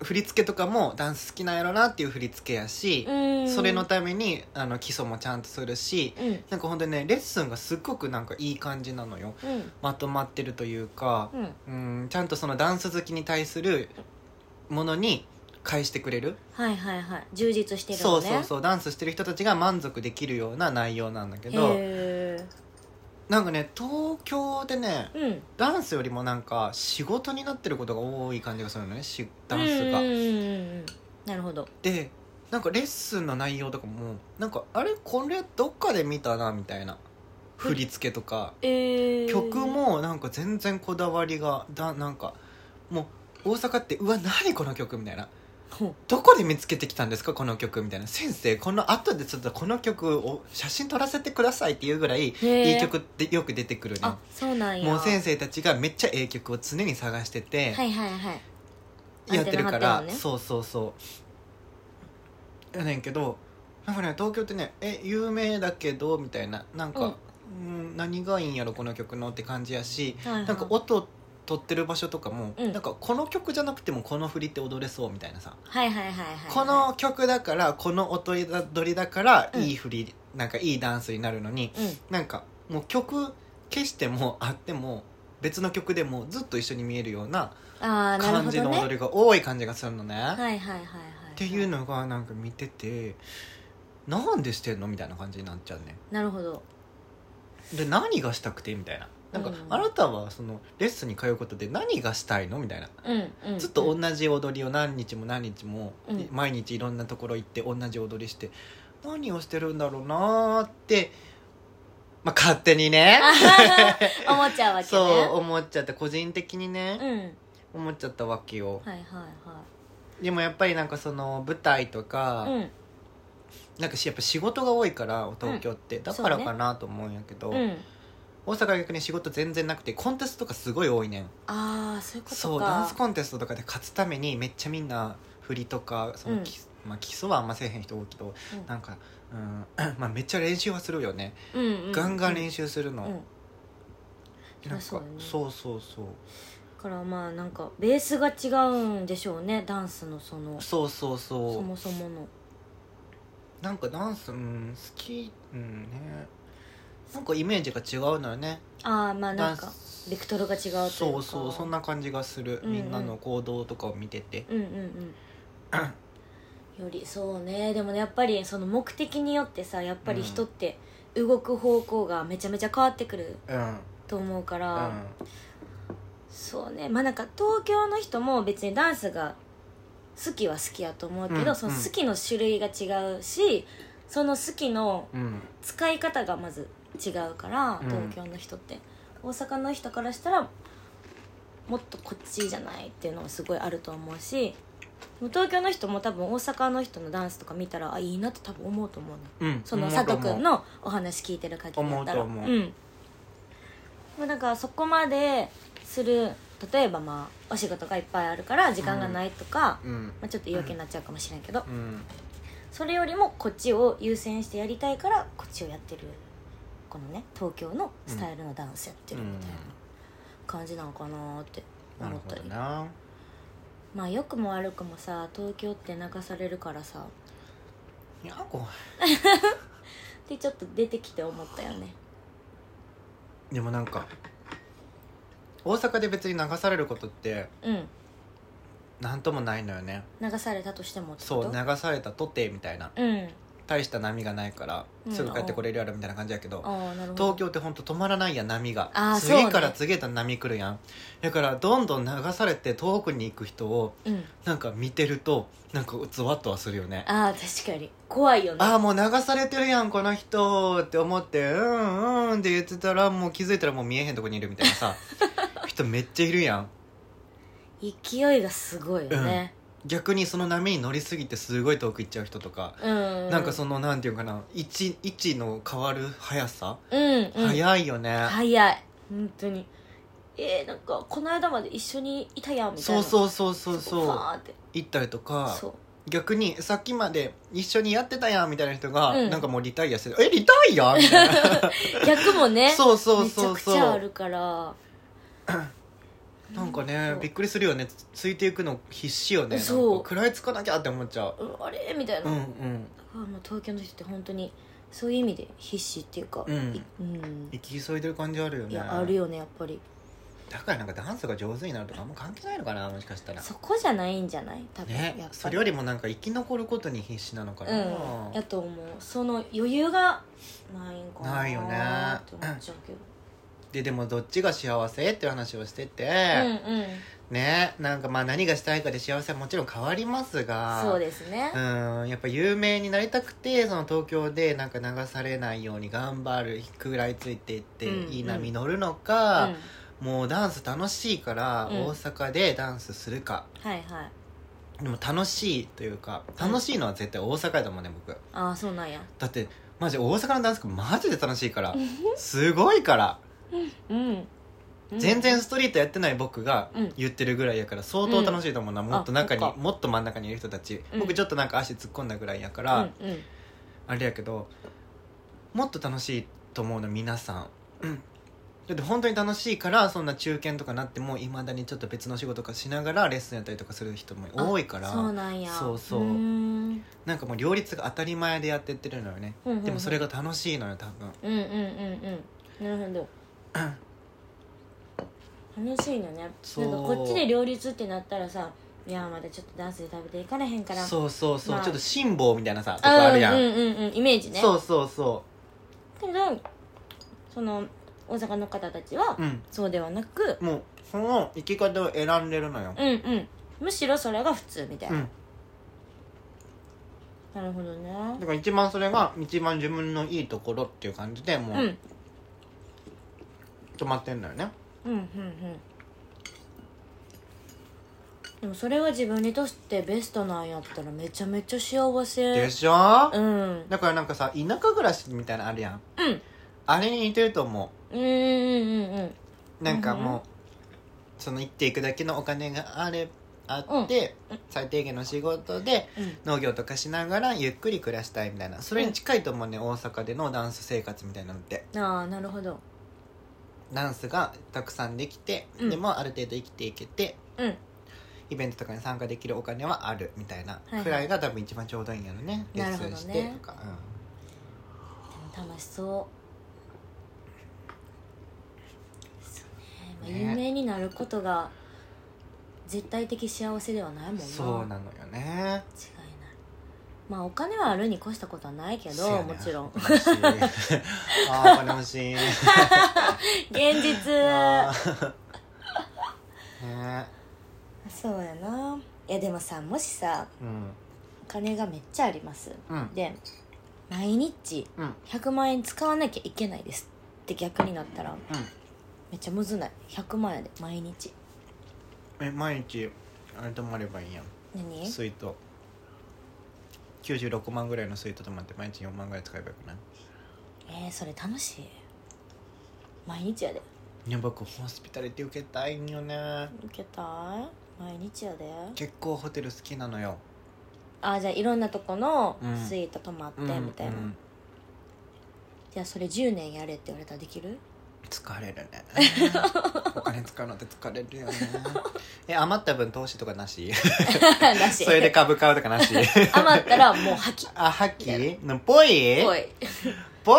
[SPEAKER 1] 振り付けとかもダンス好きなんやろなっていう振り付けやし、
[SPEAKER 2] うん
[SPEAKER 1] それのためにあの基礎もちゃんとするし
[SPEAKER 2] うんうん
[SPEAKER 1] なんか本当にねレッスンがすっごくなんかいい感じなのよまとまってるというか、
[SPEAKER 2] うん
[SPEAKER 1] うん、ちゃんとそのダンス好きに対するものに返してくれる、
[SPEAKER 2] はいはいはい充実してる
[SPEAKER 1] そ
[SPEAKER 2] の
[SPEAKER 1] う
[SPEAKER 2] ね
[SPEAKER 1] そうそうダンスしてる人たちが満足できるような内容なんだけど
[SPEAKER 2] へ
[SPEAKER 1] なんかね東京でね
[SPEAKER 2] えうん
[SPEAKER 1] ダンスよりもなんか仕事になってることが多い感じがするのねしダンスが
[SPEAKER 2] うん。うんうんうんなるほど
[SPEAKER 1] でなんかレッスンの内容とかもなんかあれこれどっかで見たなみたいな振り付けとか
[SPEAKER 2] ええ
[SPEAKER 1] 曲もなんか全然こだわりがだなんかもう大阪って「うわ何この曲」みたいな
[SPEAKER 2] ほう
[SPEAKER 1] 「どこで見つけてきたんですかこの曲」みたいな「先生この後でちょっとこの曲を写真撮らせてください」っていうぐらい
[SPEAKER 2] へえ
[SPEAKER 1] いい曲ってよく出てくるね
[SPEAKER 2] あそうなんや
[SPEAKER 1] もう先
[SPEAKER 2] 生
[SPEAKER 1] 生たちがめっちゃええ曲を常に探してて
[SPEAKER 2] はいはいはい
[SPEAKER 1] やってるから、
[SPEAKER 2] アンテナ張ってんのね
[SPEAKER 1] そうそうそうやねんけどなんかね東京ってね「え有名だけど」みたいななんか、うん、何がいいんやろこの曲のって感じやし
[SPEAKER 2] はいはい
[SPEAKER 1] なんか音取ってる場所とかも、
[SPEAKER 2] うん
[SPEAKER 1] なんかこの曲じゃなくてもこの振りって踊れそうみたいなさ、
[SPEAKER 2] はいはいはいはいはい
[SPEAKER 1] この曲だからこの音取りだから
[SPEAKER 2] うん
[SPEAKER 1] いい振り、なんかいいダンスになるのに
[SPEAKER 2] うん
[SPEAKER 1] なんかもう曲消してもあっても別の曲でもずっと一緒に見えるような
[SPEAKER 2] ああなる
[SPEAKER 1] 感
[SPEAKER 2] ほ
[SPEAKER 1] じ
[SPEAKER 2] ど
[SPEAKER 1] の
[SPEAKER 2] ね
[SPEAKER 1] 踊りが多い感じがするのね。
[SPEAKER 2] はいはいはいはい
[SPEAKER 1] っていうのがなんか見ててなんでしてんのみたいな感じになっちゃうね。
[SPEAKER 2] なるほど
[SPEAKER 1] で何がしたくてみたいな。なんか、
[SPEAKER 2] うん
[SPEAKER 1] あなたはそのレッスンに通うことで何がしたいのみたいな
[SPEAKER 2] うんうん
[SPEAKER 1] ずっと同じ踊りを何日も何日も、
[SPEAKER 2] うん
[SPEAKER 1] 毎日いろんなところ行って同じ踊りして何をしてるんだろうなーって、まあ、勝手にね
[SPEAKER 2] あはは思っちゃうわけね
[SPEAKER 1] そう思っちゃって個人的にね、
[SPEAKER 2] ん
[SPEAKER 1] 思っちゃったわけよ
[SPEAKER 2] はいはいは
[SPEAKER 1] でもやっぱりなんかその舞台とか、
[SPEAKER 2] いうん
[SPEAKER 1] なんかしやっぱ仕事が多いから東京って、だから
[SPEAKER 2] そうね
[SPEAKER 1] かなと思うんやけど、
[SPEAKER 2] うん
[SPEAKER 1] 大阪は逆に仕事全然なくてコンテストとかすごい多いねん
[SPEAKER 2] ああそういうことか
[SPEAKER 1] そうダンスコンテストとかで勝つためにめっちゃみんな振りとかその、
[SPEAKER 2] うん
[SPEAKER 1] きまあ、基礎はあんませえへん人多いけど
[SPEAKER 2] うん
[SPEAKER 1] なんか、うん、 まあめっちゃ練習はするよね、
[SPEAKER 2] うんうん
[SPEAKER 1] ガンガン練習するの、
[SPEAKER 2] うん
[SPEAKER 1] なんか
[SPEAKER 2] そ
[SPEAKER 1] そう
[SPEAKER 2] うだね
[SPEAKER 1] そうそうそう
[SPEAKER 2] だからまあなんかベースが違うんでしょうねダンスのその
[SPEAKER 1] そうそうそう
[SPEAKER 2] そもそもの
[SPEAKER 1] なんかダンス、うん、好き、うんねなんかイメージが違うのよね
[SPEAKER 2] ああまあ
[SPEAKER 1] ダ
[SPEAKER 2] な
[SPEAKER 1] ン
[SPEAKER 2] ん
[SPEAKER 1] ス
[SPEAKER 2] かベクトルが違うというか
[SPEAKER 1] そうそうそんな感じがする、
[SPEAKER 2] うんうん
[SPEAKER 1] みんなの行動とかを見てて
[SPEAKER 2] うんうんうん よりそうねでもねやっぱりその目的によってさやっぱり人って動く方向がめちゃめちゃ変わってくる
[SPEAKER 1] うんうん
[SPEAKER 2] と思うから、そうねまあなんか東京の人も別にダンスが好きは好きやと思うけど、
[SPEAKER 1] うん
[SPEAKER 2] その
[SPEAKER 1] うん
[SPEAKER 2] 好きの種類が違うしその好きの
[SPEAKER 1] うん
[SPEAKER 2] 使い方がまず違うから
[SPEAKER 1] うん
[SPEAKER 2] 東京の人って、大阪の人からしたらもっとこっちじゃないっていうのがすごいあると思うし東京の人も多分大阪の人のダンスとか見たらあいいなって多分思うと思うね
[SPEAKER 1] うん
[SPEAKER 2] その
[SPEAKER 1] 思う
[SPEAKER 2] 佐
[SPEAKER 1] と
[SPEAKER 2] 藤
[SPEAKER 1] 思う
[SPEAKER 2] 君のお話聞いてる限りだったら
[SPEAKER 1] 思うと思うん
[SPEAKER 2] まあだからそこまでする例えばまあお仕事がいっぱいあるから時間がないとか、
[SPEAKER 1] うん
[SPEAKER 2] まあ、ちょっと言い訳になっちゃうかもしれないけど、
[SPEAKER 1] うん
[SPEAKER 2] それよりもこっちを優先してやりたいからこっちをやってるこのね東京のスタイルのダンスやってるみたいな感じなのかなって
[SPEAKER 1] なる
[SPEAKER 2] 思っ
[SPEAKER 1] ほ
[SPEAKER 2] た
[SPEAKER 1] ど
[SPEAKER 2] り、
[SPEAKER 1] な
[SPEAKER 2] まあ良くも悪くもさ東京って泣かされるからさ
[SPEAKER 1] やこ
[SPEAKER 2] でちょっと出てきて思ったよね
[SPEAKER 1] でもなんか大阪で別に流されることって
[SPEAKER 2] うん
[SPEAKER 1] 何ともないのよね
[SPEAKER 2] 流されたとしてもってこ
[SPEAKER 1] そ
[SPEAKER 2] と
[SPEAKER 1] う流されたとてみたいな
[SPEAKER 2] うん
[SPEAKER 1] 大した波がないから
[SPEAKER 2] うん
[SPEAKER 1] すぐ帰ってこれるやろみたいな感じやけど、
[SPEAKER 2] ああなるほど
[SPEAKER 1] 東京って本当止まらないやん波が
[SPEAKER 2] あーそう
[SPEAKER 1] 次
[SPEAKER 2] ね
[SPEAKER 1] から次へと波来るやんだからどんどん流されて遠くに行く人を
[SPEAKER 2] うん
[SPEAKER 1] なんか見てるとなんかゾワッとはするよね
[SPEAKER 2] ああ確かに怖いよね
[SPEAKER 1] ああもう流されてるやんこの人って思ってうんうんって言ってたらもう気づいたらもう見えへんとこにいるみたいな さ人めっちゃいるやん
[SPEAKER 2] 勢いがすごいよね
[SPEAKER 1] 逆にその波に乗りすぎてすごい遠く行っちゃう人とか、
[SPEAKER 2] うん、うん、
[SPEAKER 1] なんかそ
[SPEAKER 2] の
[SPEAKER 1] のなんていうかな位置位置の変わる速さ、
[SPEAKER 2] うん、うん、
[SPEAKER 1] 速いよね、
[SPEAKER 2] 早い本当にえー、なんかこの間まで一緒にいたやんみたい
[SPEAKER 1] そ
[SPEAKER 2] な
[SPEAKER 1] う
[SPEAKER 2] う
[SPEAKER 1] そうそうそう
[SPEAKER 2] パ
[SPEAKER 1] そう
[SPEAKER 2] ーって
[SPEAKER 1] 行ったりとか
[SPEAKER 2] そう
[SPEAKER 1] 逆にさっきまで一緒にやってたやんみたいな人が、
[SPEAKER 2] うん
[SPEAKER 1] なんかもうリタイアしてる「えリタイア?」みた いな
[SPEAKER 2] 逆もね
[SPEAKER 1] そうそうそう
[SPEAKER 2] めちゃく
[SPEAKER 1] そう
[SPEAKER 2] ちゃあるから
[SPEAKER 1] なんかね
[SPEAKER 2] そう
[SPEAKER 1] びっくりするよねつついていくの必死よねなんか
[SPEAKER 2] そう
[SPEAKER 1] 食らいつかなきゃって思っちゃう
[SPEAKER 2] うんあれみたいな、
[SPEAKER 1] うんう
[SPEAKER 2] だか
[SPEAKER 1] ん
[SPEAKER 2] らもう東京の人って本当にそういう意味で必死っていうか
[SPEAKER 1] うん
[SPEAKER 2] いうん
[SPEAKER 1] 生き急いでる感じあるよね
[SPEAKER 2] いやあるよねやっぱり
[SPEAKER 1] だからなんかダンスが上手になるとかあんま関係ないのかなもしかしたら
[SPEAKER 2] そこじゃないんじゃない多分、やっぱ
[SPEAKER 1] ね
[SPEAKER 2] り
[SPEAKER 1] それよりもなんか生き残ることに必死なのか
[SPEAKER 2] う
[SPEAKER 1] な、
[SPEAKER 2] んやと思うその余裕がないんかな
[SPEAKER 1] ないよね
[SPEAKER 2] って思っちゃうけど
[SPEAKER 1] ででもどっちが幸せっていう話をしてて、
[SPEAKER 2] うんうん
[SPEAKER 1] ねなんかまあ何がしたいかで幸せはもちろん変わりますが
[SPEAKER 2] そうですね
[SPEAKER 1] うんやっぱ有名になりたくてその東京でなんか流されないように頑張る食らいついていって
[SPEAKER 2] うん
[SPEAKER 1] いい波乗るのか、
[SPEAKER 2] うん
[SPEAKER 1] もうダンス楽しいから
[SPEAKER 2] うん
[SPEAKER 1] 大阪でダンスするか、
[SPEAKER 2] はいはい
[SPEAKER 1] でも楽しいというか楽しいのは絶対大阪だもんね僕
[SPEAKER 2] ああそうなんや
[SPEAKER 1] だってマジ大阪のダンスマジで楽しいからすごいから
[SPEAKER 2] うん、うん
[SPEAKER 1] 全然ストリートやってない僕が
[SPEAKER 2] うん
[SPEAKER 1] 言ってるぐらいやから相当楽しいと思うな、もっと中に
[SPEAKER 2] あそっか
[SPEAKER 1] もっと真ん中にいる人たち、
[SPEAKER 2] うん
[SPEAKER 1] 僕ちょっとなんか足突っ込んだぐらいやか
[SPEAKER 2] うん
[SPEAKER 1] ら、
[SPEAKER 2] うん
[SPEAKER 1] あれやけどもっと楽しいと思うの皆さん、うん だって本当に楽しいからそんな中堅とかなってもいまだにちょっと別の仕事とかしながらレッスンやったりとかする人も多いから
[SPEAKER 2] そうなんや
[SPEAKER 1] そうそう
[SPEAKER 2] ーん
[SPEAKER 1] なんかもう両立が当たり前でやってってるのよね、
[SPEAKER 2] うんうんうん
[SPEAKER 1] でもそれが楽しいのよ多分
[SPEAKER 2] うんうんうんうんなるほど楽しいのねなんか
[SPEAKER 1] そう
[SPEAKER 2] こっちで両立ってなったらさいやまだちょっとダンスで食べていかれへんからう
[SPEAKER 1] そうそうそう、
[SPEAKER 2] まあ
[SPEAKER 1] ちょっと辛抱みたいなさとこあるやん、
[SPEAKER 2] うんうんうんイメージね
[SPEAKER 1] そうそうそ
[SPEAKER 2] けどその大阪の方たちは、
[SPEAKER 1] ううん
[SPEAKER 2] そうではなく
[SPEAKER 1] もうその生き方を選んでるのよ
[SPEAKER 2] うんうんむしろそれが普通みたいうな、
[SPEAKER 1] ん
[SPEAKER 2] なるほどね
[SPEAKER 1] だから一番それが一番自分のいいところっていう感じでも
[SPEAKER 2] うんうん
[SPEAKER 1] う止まってんだよね
[SPEAKER 2] うんうんでもそれは自分にとってベストなんやったらめちゃめちゃ幸
[SPEAKER 1] で
[SPEAKER 2] せ
[SPEAKER 1] しょ
[SPEAKER 2] うん
[SPEAKER 1] だからなんかさ田舎暮らしみたいなのあるやん
[SPEAKER 2] うん
[SPEAKER 1] あれに似てると思
[SPEAKER 2] うんうんうん
[SPEAKER 1] うなんか
[SPEAKER 2] うん
[SPEAKER 1] もうその生きていくだけのお金があれあって最低限の仕事で
[SPEAKER 2] うん
[SPEAKER 1] 農業とかしながらゆっくり暮らしたいみたいなそれに近いと思うね大阪でのダンス生活みたいなのって
[SPEAKER 2] うんああなるほど
[SPEAKER 1] ダンスがたくさんできて、
[SPEAKER 2] うん
[SPEAKER 1] でもある程度生きていけて
[SPEAKER 2] うん
[SPEAKER 1] イベントとかに参加できるお金はあるみたいない
[SPEAKER 2] はい
[SPEAKER 1] くらいが多分一番ちょうどいいんやろね、
[SPEAKER 2] なるほ
[SPEAKER 1] レ
[SPEAKER 2] ど
[SPEAKER 1] ッ
[SPEAKER 2] ね
[SPEAKER 1] スンしてとか、
[SPEAKER 2] でも楽しそうそうね、ま
[SPEAKER 1] ね
[SPEAKER 2] あ、有名になることが絶対的幸せではないもん
[SPEAKER 1] うん、
[SPEAKER 2] な
[SPEAKER 1] そうなのよね
[SPEAKER 2] 違いないまあお金はあるに越したことはない け
[SPEAKER 1] そう
[SPEAKER 2] ど
[SPEAKER 1] やね
[SPEAKER 2] もちろん
[SPEAKER 1] 欲しい あーお金欲しい
[SPEAKER 2] 現 実
[SPEAKER 1] あーね
[SPEAKER 2] そうやないやでもさもしさ
[SPEAKER 1] うん
[SPEAKER 2] お金がめっちゃあります
[SPEAKER 1] うん
[SPEAKER 2] で毎日
[SPEAKER 1] うんうん
[SPEAKER 2] 100万円使わなきゃいけないですって逆になったらめっちゃむずない100万円で毎日
[SPEAKER 1] え毎日あれ泊まればいいやん
[SPEAKER 2] 何
[SPEAKER 1] 水筒96万ぐらいの水筒泊まって毎日4万ぐらい使えばよくない
[SPEAKER 2] えー、それ楽しい毎日やで
[SPEAKER 1] いや僕ホスピタリティ受けたいんよね
[SPEAKER 2] 受けたい毎日やで
[SPEAKER 1] 結構ホテル好きなのよ
[SPEAKER 2] あーじゃあいろんなとこの
[SPEAKER 1] うん
[SPEAKER 2] スイート泊まってみたいな、
[SPEAKER 1] うんうん
[SPEAKER 2] じゃあそれ10年やれって言われたらで きる
[SPEAKER 1] 疲れる ねお金使うのって疲れるよねえ余った分投資とかなし
[SPEAKER 2] な し
[SPEAKER 1] それで株買うとか なし
[SPEAKER 2] 余ったらもう破棄
[SPEAKER 1] あはっきのぽい
[SPEAKER 2] おい
[SPEAKER 1] ぽい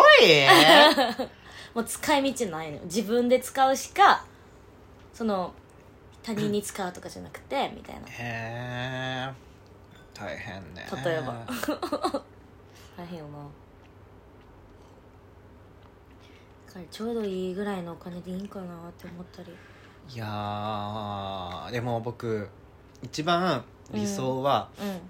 [SPEAKER 2] もう使い道ないの自分で使うしかその他人に使うとかじゃなくてみたいな
[SPEAKER 1] へえ大変ね
[SPEAKER 2] 例えば大変よなだからちょうどいいぐらいのお金でいいんかなって思ったり
[SPEAKER 1] いやーでも僕一番理想は、
[SPEAKER 2] うん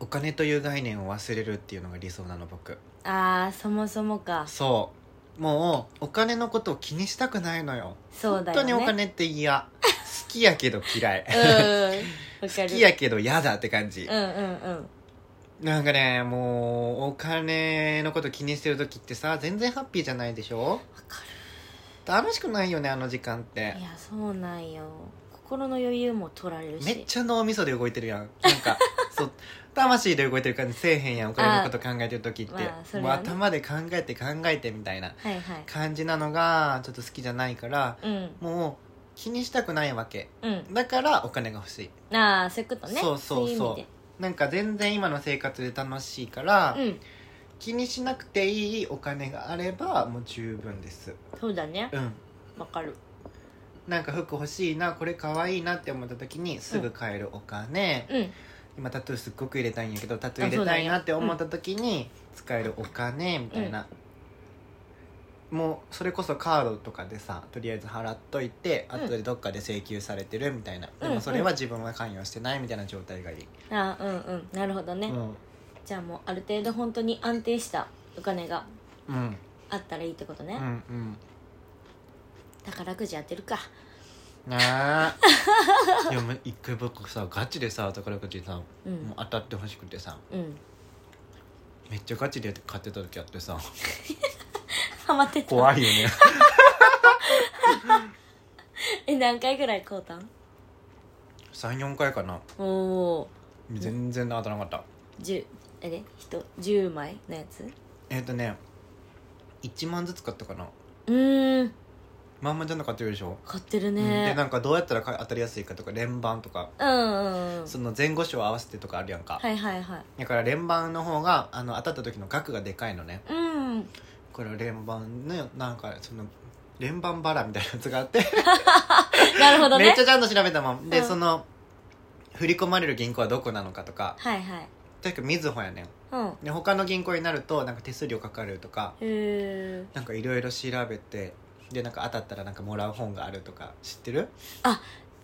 [SPEAKER 1] お金という概念を忘れるっていうのが理想なの僕
[SPEAKER 2] ああそもそもか
[SPEAKER 1] そうもうお金のことを気にしたくないのよ
[SPEAKER 2] そうだ
[SPEAKER 1] 本当
[SPEAKER 2] よね
[SPEAKER 1] にお金って嫌好きやけど嫌い
[SPEAKER 2] うんわか
[SPEAKER 1] 好
[SPEAKER 2] る
[SPEAKER 1] きやけど嫌だって感じ
[SPEAKER 2] う、んうんうん
[SPEAKER 1] なんかねもうお金のこと気にしてる時ってさ全然ハッピーじゃないでしょ
[SPEAKER 2] わか
[SPEAKER 1] 楽しくないよねあの時間って
[SPEAKER 2] るいやそうなんよ心の余裕も取られるし
[SPEAKER 1] めっちゃ脳みそで動いてるやんなん かそう魂で動いてる感じせえへんやんお金のこと考えてる時って、
[SPEAKER 2] あまあそれ
[SPEAKER 1] もう
[SPEAKER 2] はね
[SPEAKER 1] 頭で考えて考えてみたいな
[SPEAKER 2] はいはい
[SPEAKER 1] 感じなのがちょっと好きじゃないから
[SPEAKER 2] うん
[SPEAKER 1] もう気にしたくないわけ
[SPEAKER 2] うん
[SPEAKER 1] だからお金が欲しい
[SPEAKER 2] ああそういうことね
[SPEAKER 1] そうそうそう
[SPEAKER 2] い意味で
[SPEAKER 1] なんか全然今の生活で楽しいから、
[SPEAKER 2] うん
[SPEAKER 1] 気にしなくていいお金があればもう十分です
[SPEAKER 2] そうだね
[SPEAKER 1] うん
[SPEAKER 2] わかる
[SPEAKER 1] なんか服欲しいなこれ可愛いなって思った時にすぐ買えるお金、
[SPEAKER 2] うん
[SPEAKER 1] 今タトゥーすっごく入れたいんやけどタトゥー入れたいなって思った時に使えるお金みたいな、もうそれこそカードとかでさとりあえず払っといて
[SPEAKER 2] う
[SPEAKER 1] あ
[SPEAKER 2] ん
[SPEAKER 1] とでどっかで請求されてるみたいな、
[SPEAKER 2] うん
[SPEAKER 1] でもそれは自分は関与してないみたいな状態がいい、
[SPEAKER 2] ああうんうんなるほどね、
[SPEAKER 1] うん
[SPEAKER 2] じゃあもうある程度本当に安定したお金が
[SPEAKER 1] うん
[SPEAKER 2] あったらいいってことね、
[SPEAKER 1] うんうん
[SPEAKER 2] 宝くじ当てるか
[SPEAKER 1] なあ いやもう一回僕さガチでさ宝くじさも
[SPEAKER 2] う
[SPEAKER 1] うん当たってほしくてさ
[SPEAKER 2] うん
[SPEAKER 1] めっちゃガチで買ってた時あってさ
[SPEAKER 2] ハマってた
[SPEAKER 1] 怖いよ ね
[SPEAKER 2] え何回ぐらい買うたん
[SPEAKER 1] 34回かな
[SPEAKER 2] おお
[SPEAKER 1] 全然当たらなかった
[SPEAKER 2] 10あれ人10枚のやつ
[SPEAKER 1] えっ、とね1万ずつ買ったかな
[SPEAKER 2] うーん
[SPEAKER 1] まんまじゃなかったでしょ、
[SPEAKER 2] 買ってる
[SPEAKER 1] うんで
[SPEAKER 2] ね
[SPEAKER 1] なんかどうやったらか当たりやすいかとか連番とか
[SPEAKER 2] うんうんうん
[SPEAKER 1] その前後賞合わせてとかあるやんか、
[SPEAKER 2] はいはいはい
[SPEAKER 1] だから連番の方があの当たった時の額がでかいのね
[SPEAKER 2] うん
[SPEAKER 1] これ連番のなんかその連番バラみたいなやつがあって
[SPEAKER 2] なるほ ど
[SPEAKER 1] めっ
[SPEAKER 2] ね
[SPEAKER 1] ちゃちゃんと調べたもん、
[SPEAKER 2] う
[SPEAKER 1] で
[SPEAKER 2] ん
[SPEAKER 1] その振り込まれる銀行はどこなのかとか
[SPEAKER 2] はいはい
[SPEAKER 1] とにかくみずほやねん
[SPEAKER 2] うんへ
[SPEAKER 1] で他の銀行になるとなんか手数料かかるとか
[SPEAKER 2] え
[SPEAKER 1] なんかいろいろ調べてでなんか当たったらなんかもらう本があるとか知ってる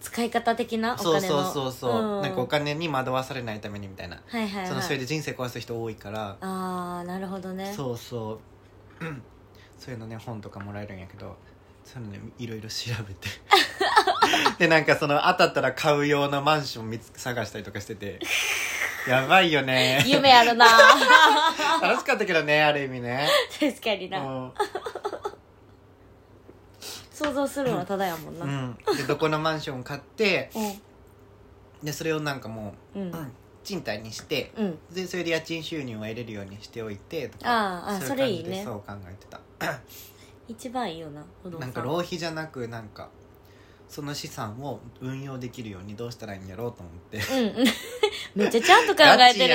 [SPEAKER 2] 使い方的なお金
[SPEAKER 1] そう
[SPEAKER 2] の
[SPEAKER 1] そうそうそう、
[SPEAKER 2] ん
[SPEAKER 1] なんかお金に惑わされないためにみたいな、
[SPEAKER 2] はいはいはい
[SPEAKER 1] そのそれで人生壊す人多いから、
[SPEAKER 2] ああなるほどね
[SPEAKER 1] そうそう、うん そういうのね本とかもらえるんやけどそういうのねいろいろ調べ てでなんかその当たったら買う用のマンション見つ探したりとかしててやばいよね
[SPEAKER 2] 夢あるな
[SPEAKER 1] 楽しかったけどねある意味ね、
[SPEAKER 2] 確かに
[SPEAKER 1] う
[SPEAKER 2] な、
[SPEAKER 1] ん
[SPEAKER 2] 想像するのはただやもんな、
[SPEAKER 1] うん、でどこのマンション買って
[SPEAKER 2] うん
[SPEAKER 1] でそれをなんかも
[SPEAKER 2] う
[SPEAKER 1] う、うんん、賃貸にして
[SPEAKER 2] うん
[SPEAKER 1] でそれで家賃収入は得れるようにしておいてとか
[SPEAKER 2] あ
[SPEAKER 1] うう
[SPEAKER 2] ーあー
[SPEAKER 1] 感じ
[SPEAKER 2] それいい
[SPEAKER 1] で
[SPEAKER 2] ね
[SPEAKER 1] そう考えてた
[SPEAKER 2] 一番いいよな不動
[SPEAKER 1] な
[SPEAKER 2] 産
[SPEAKER 1] んか浪費じゃなくなんかその資産を運用できるようにどうしたらいいんやろうと思って
[SPEAKER 2] うんうん めっちゃちゃんと考えてる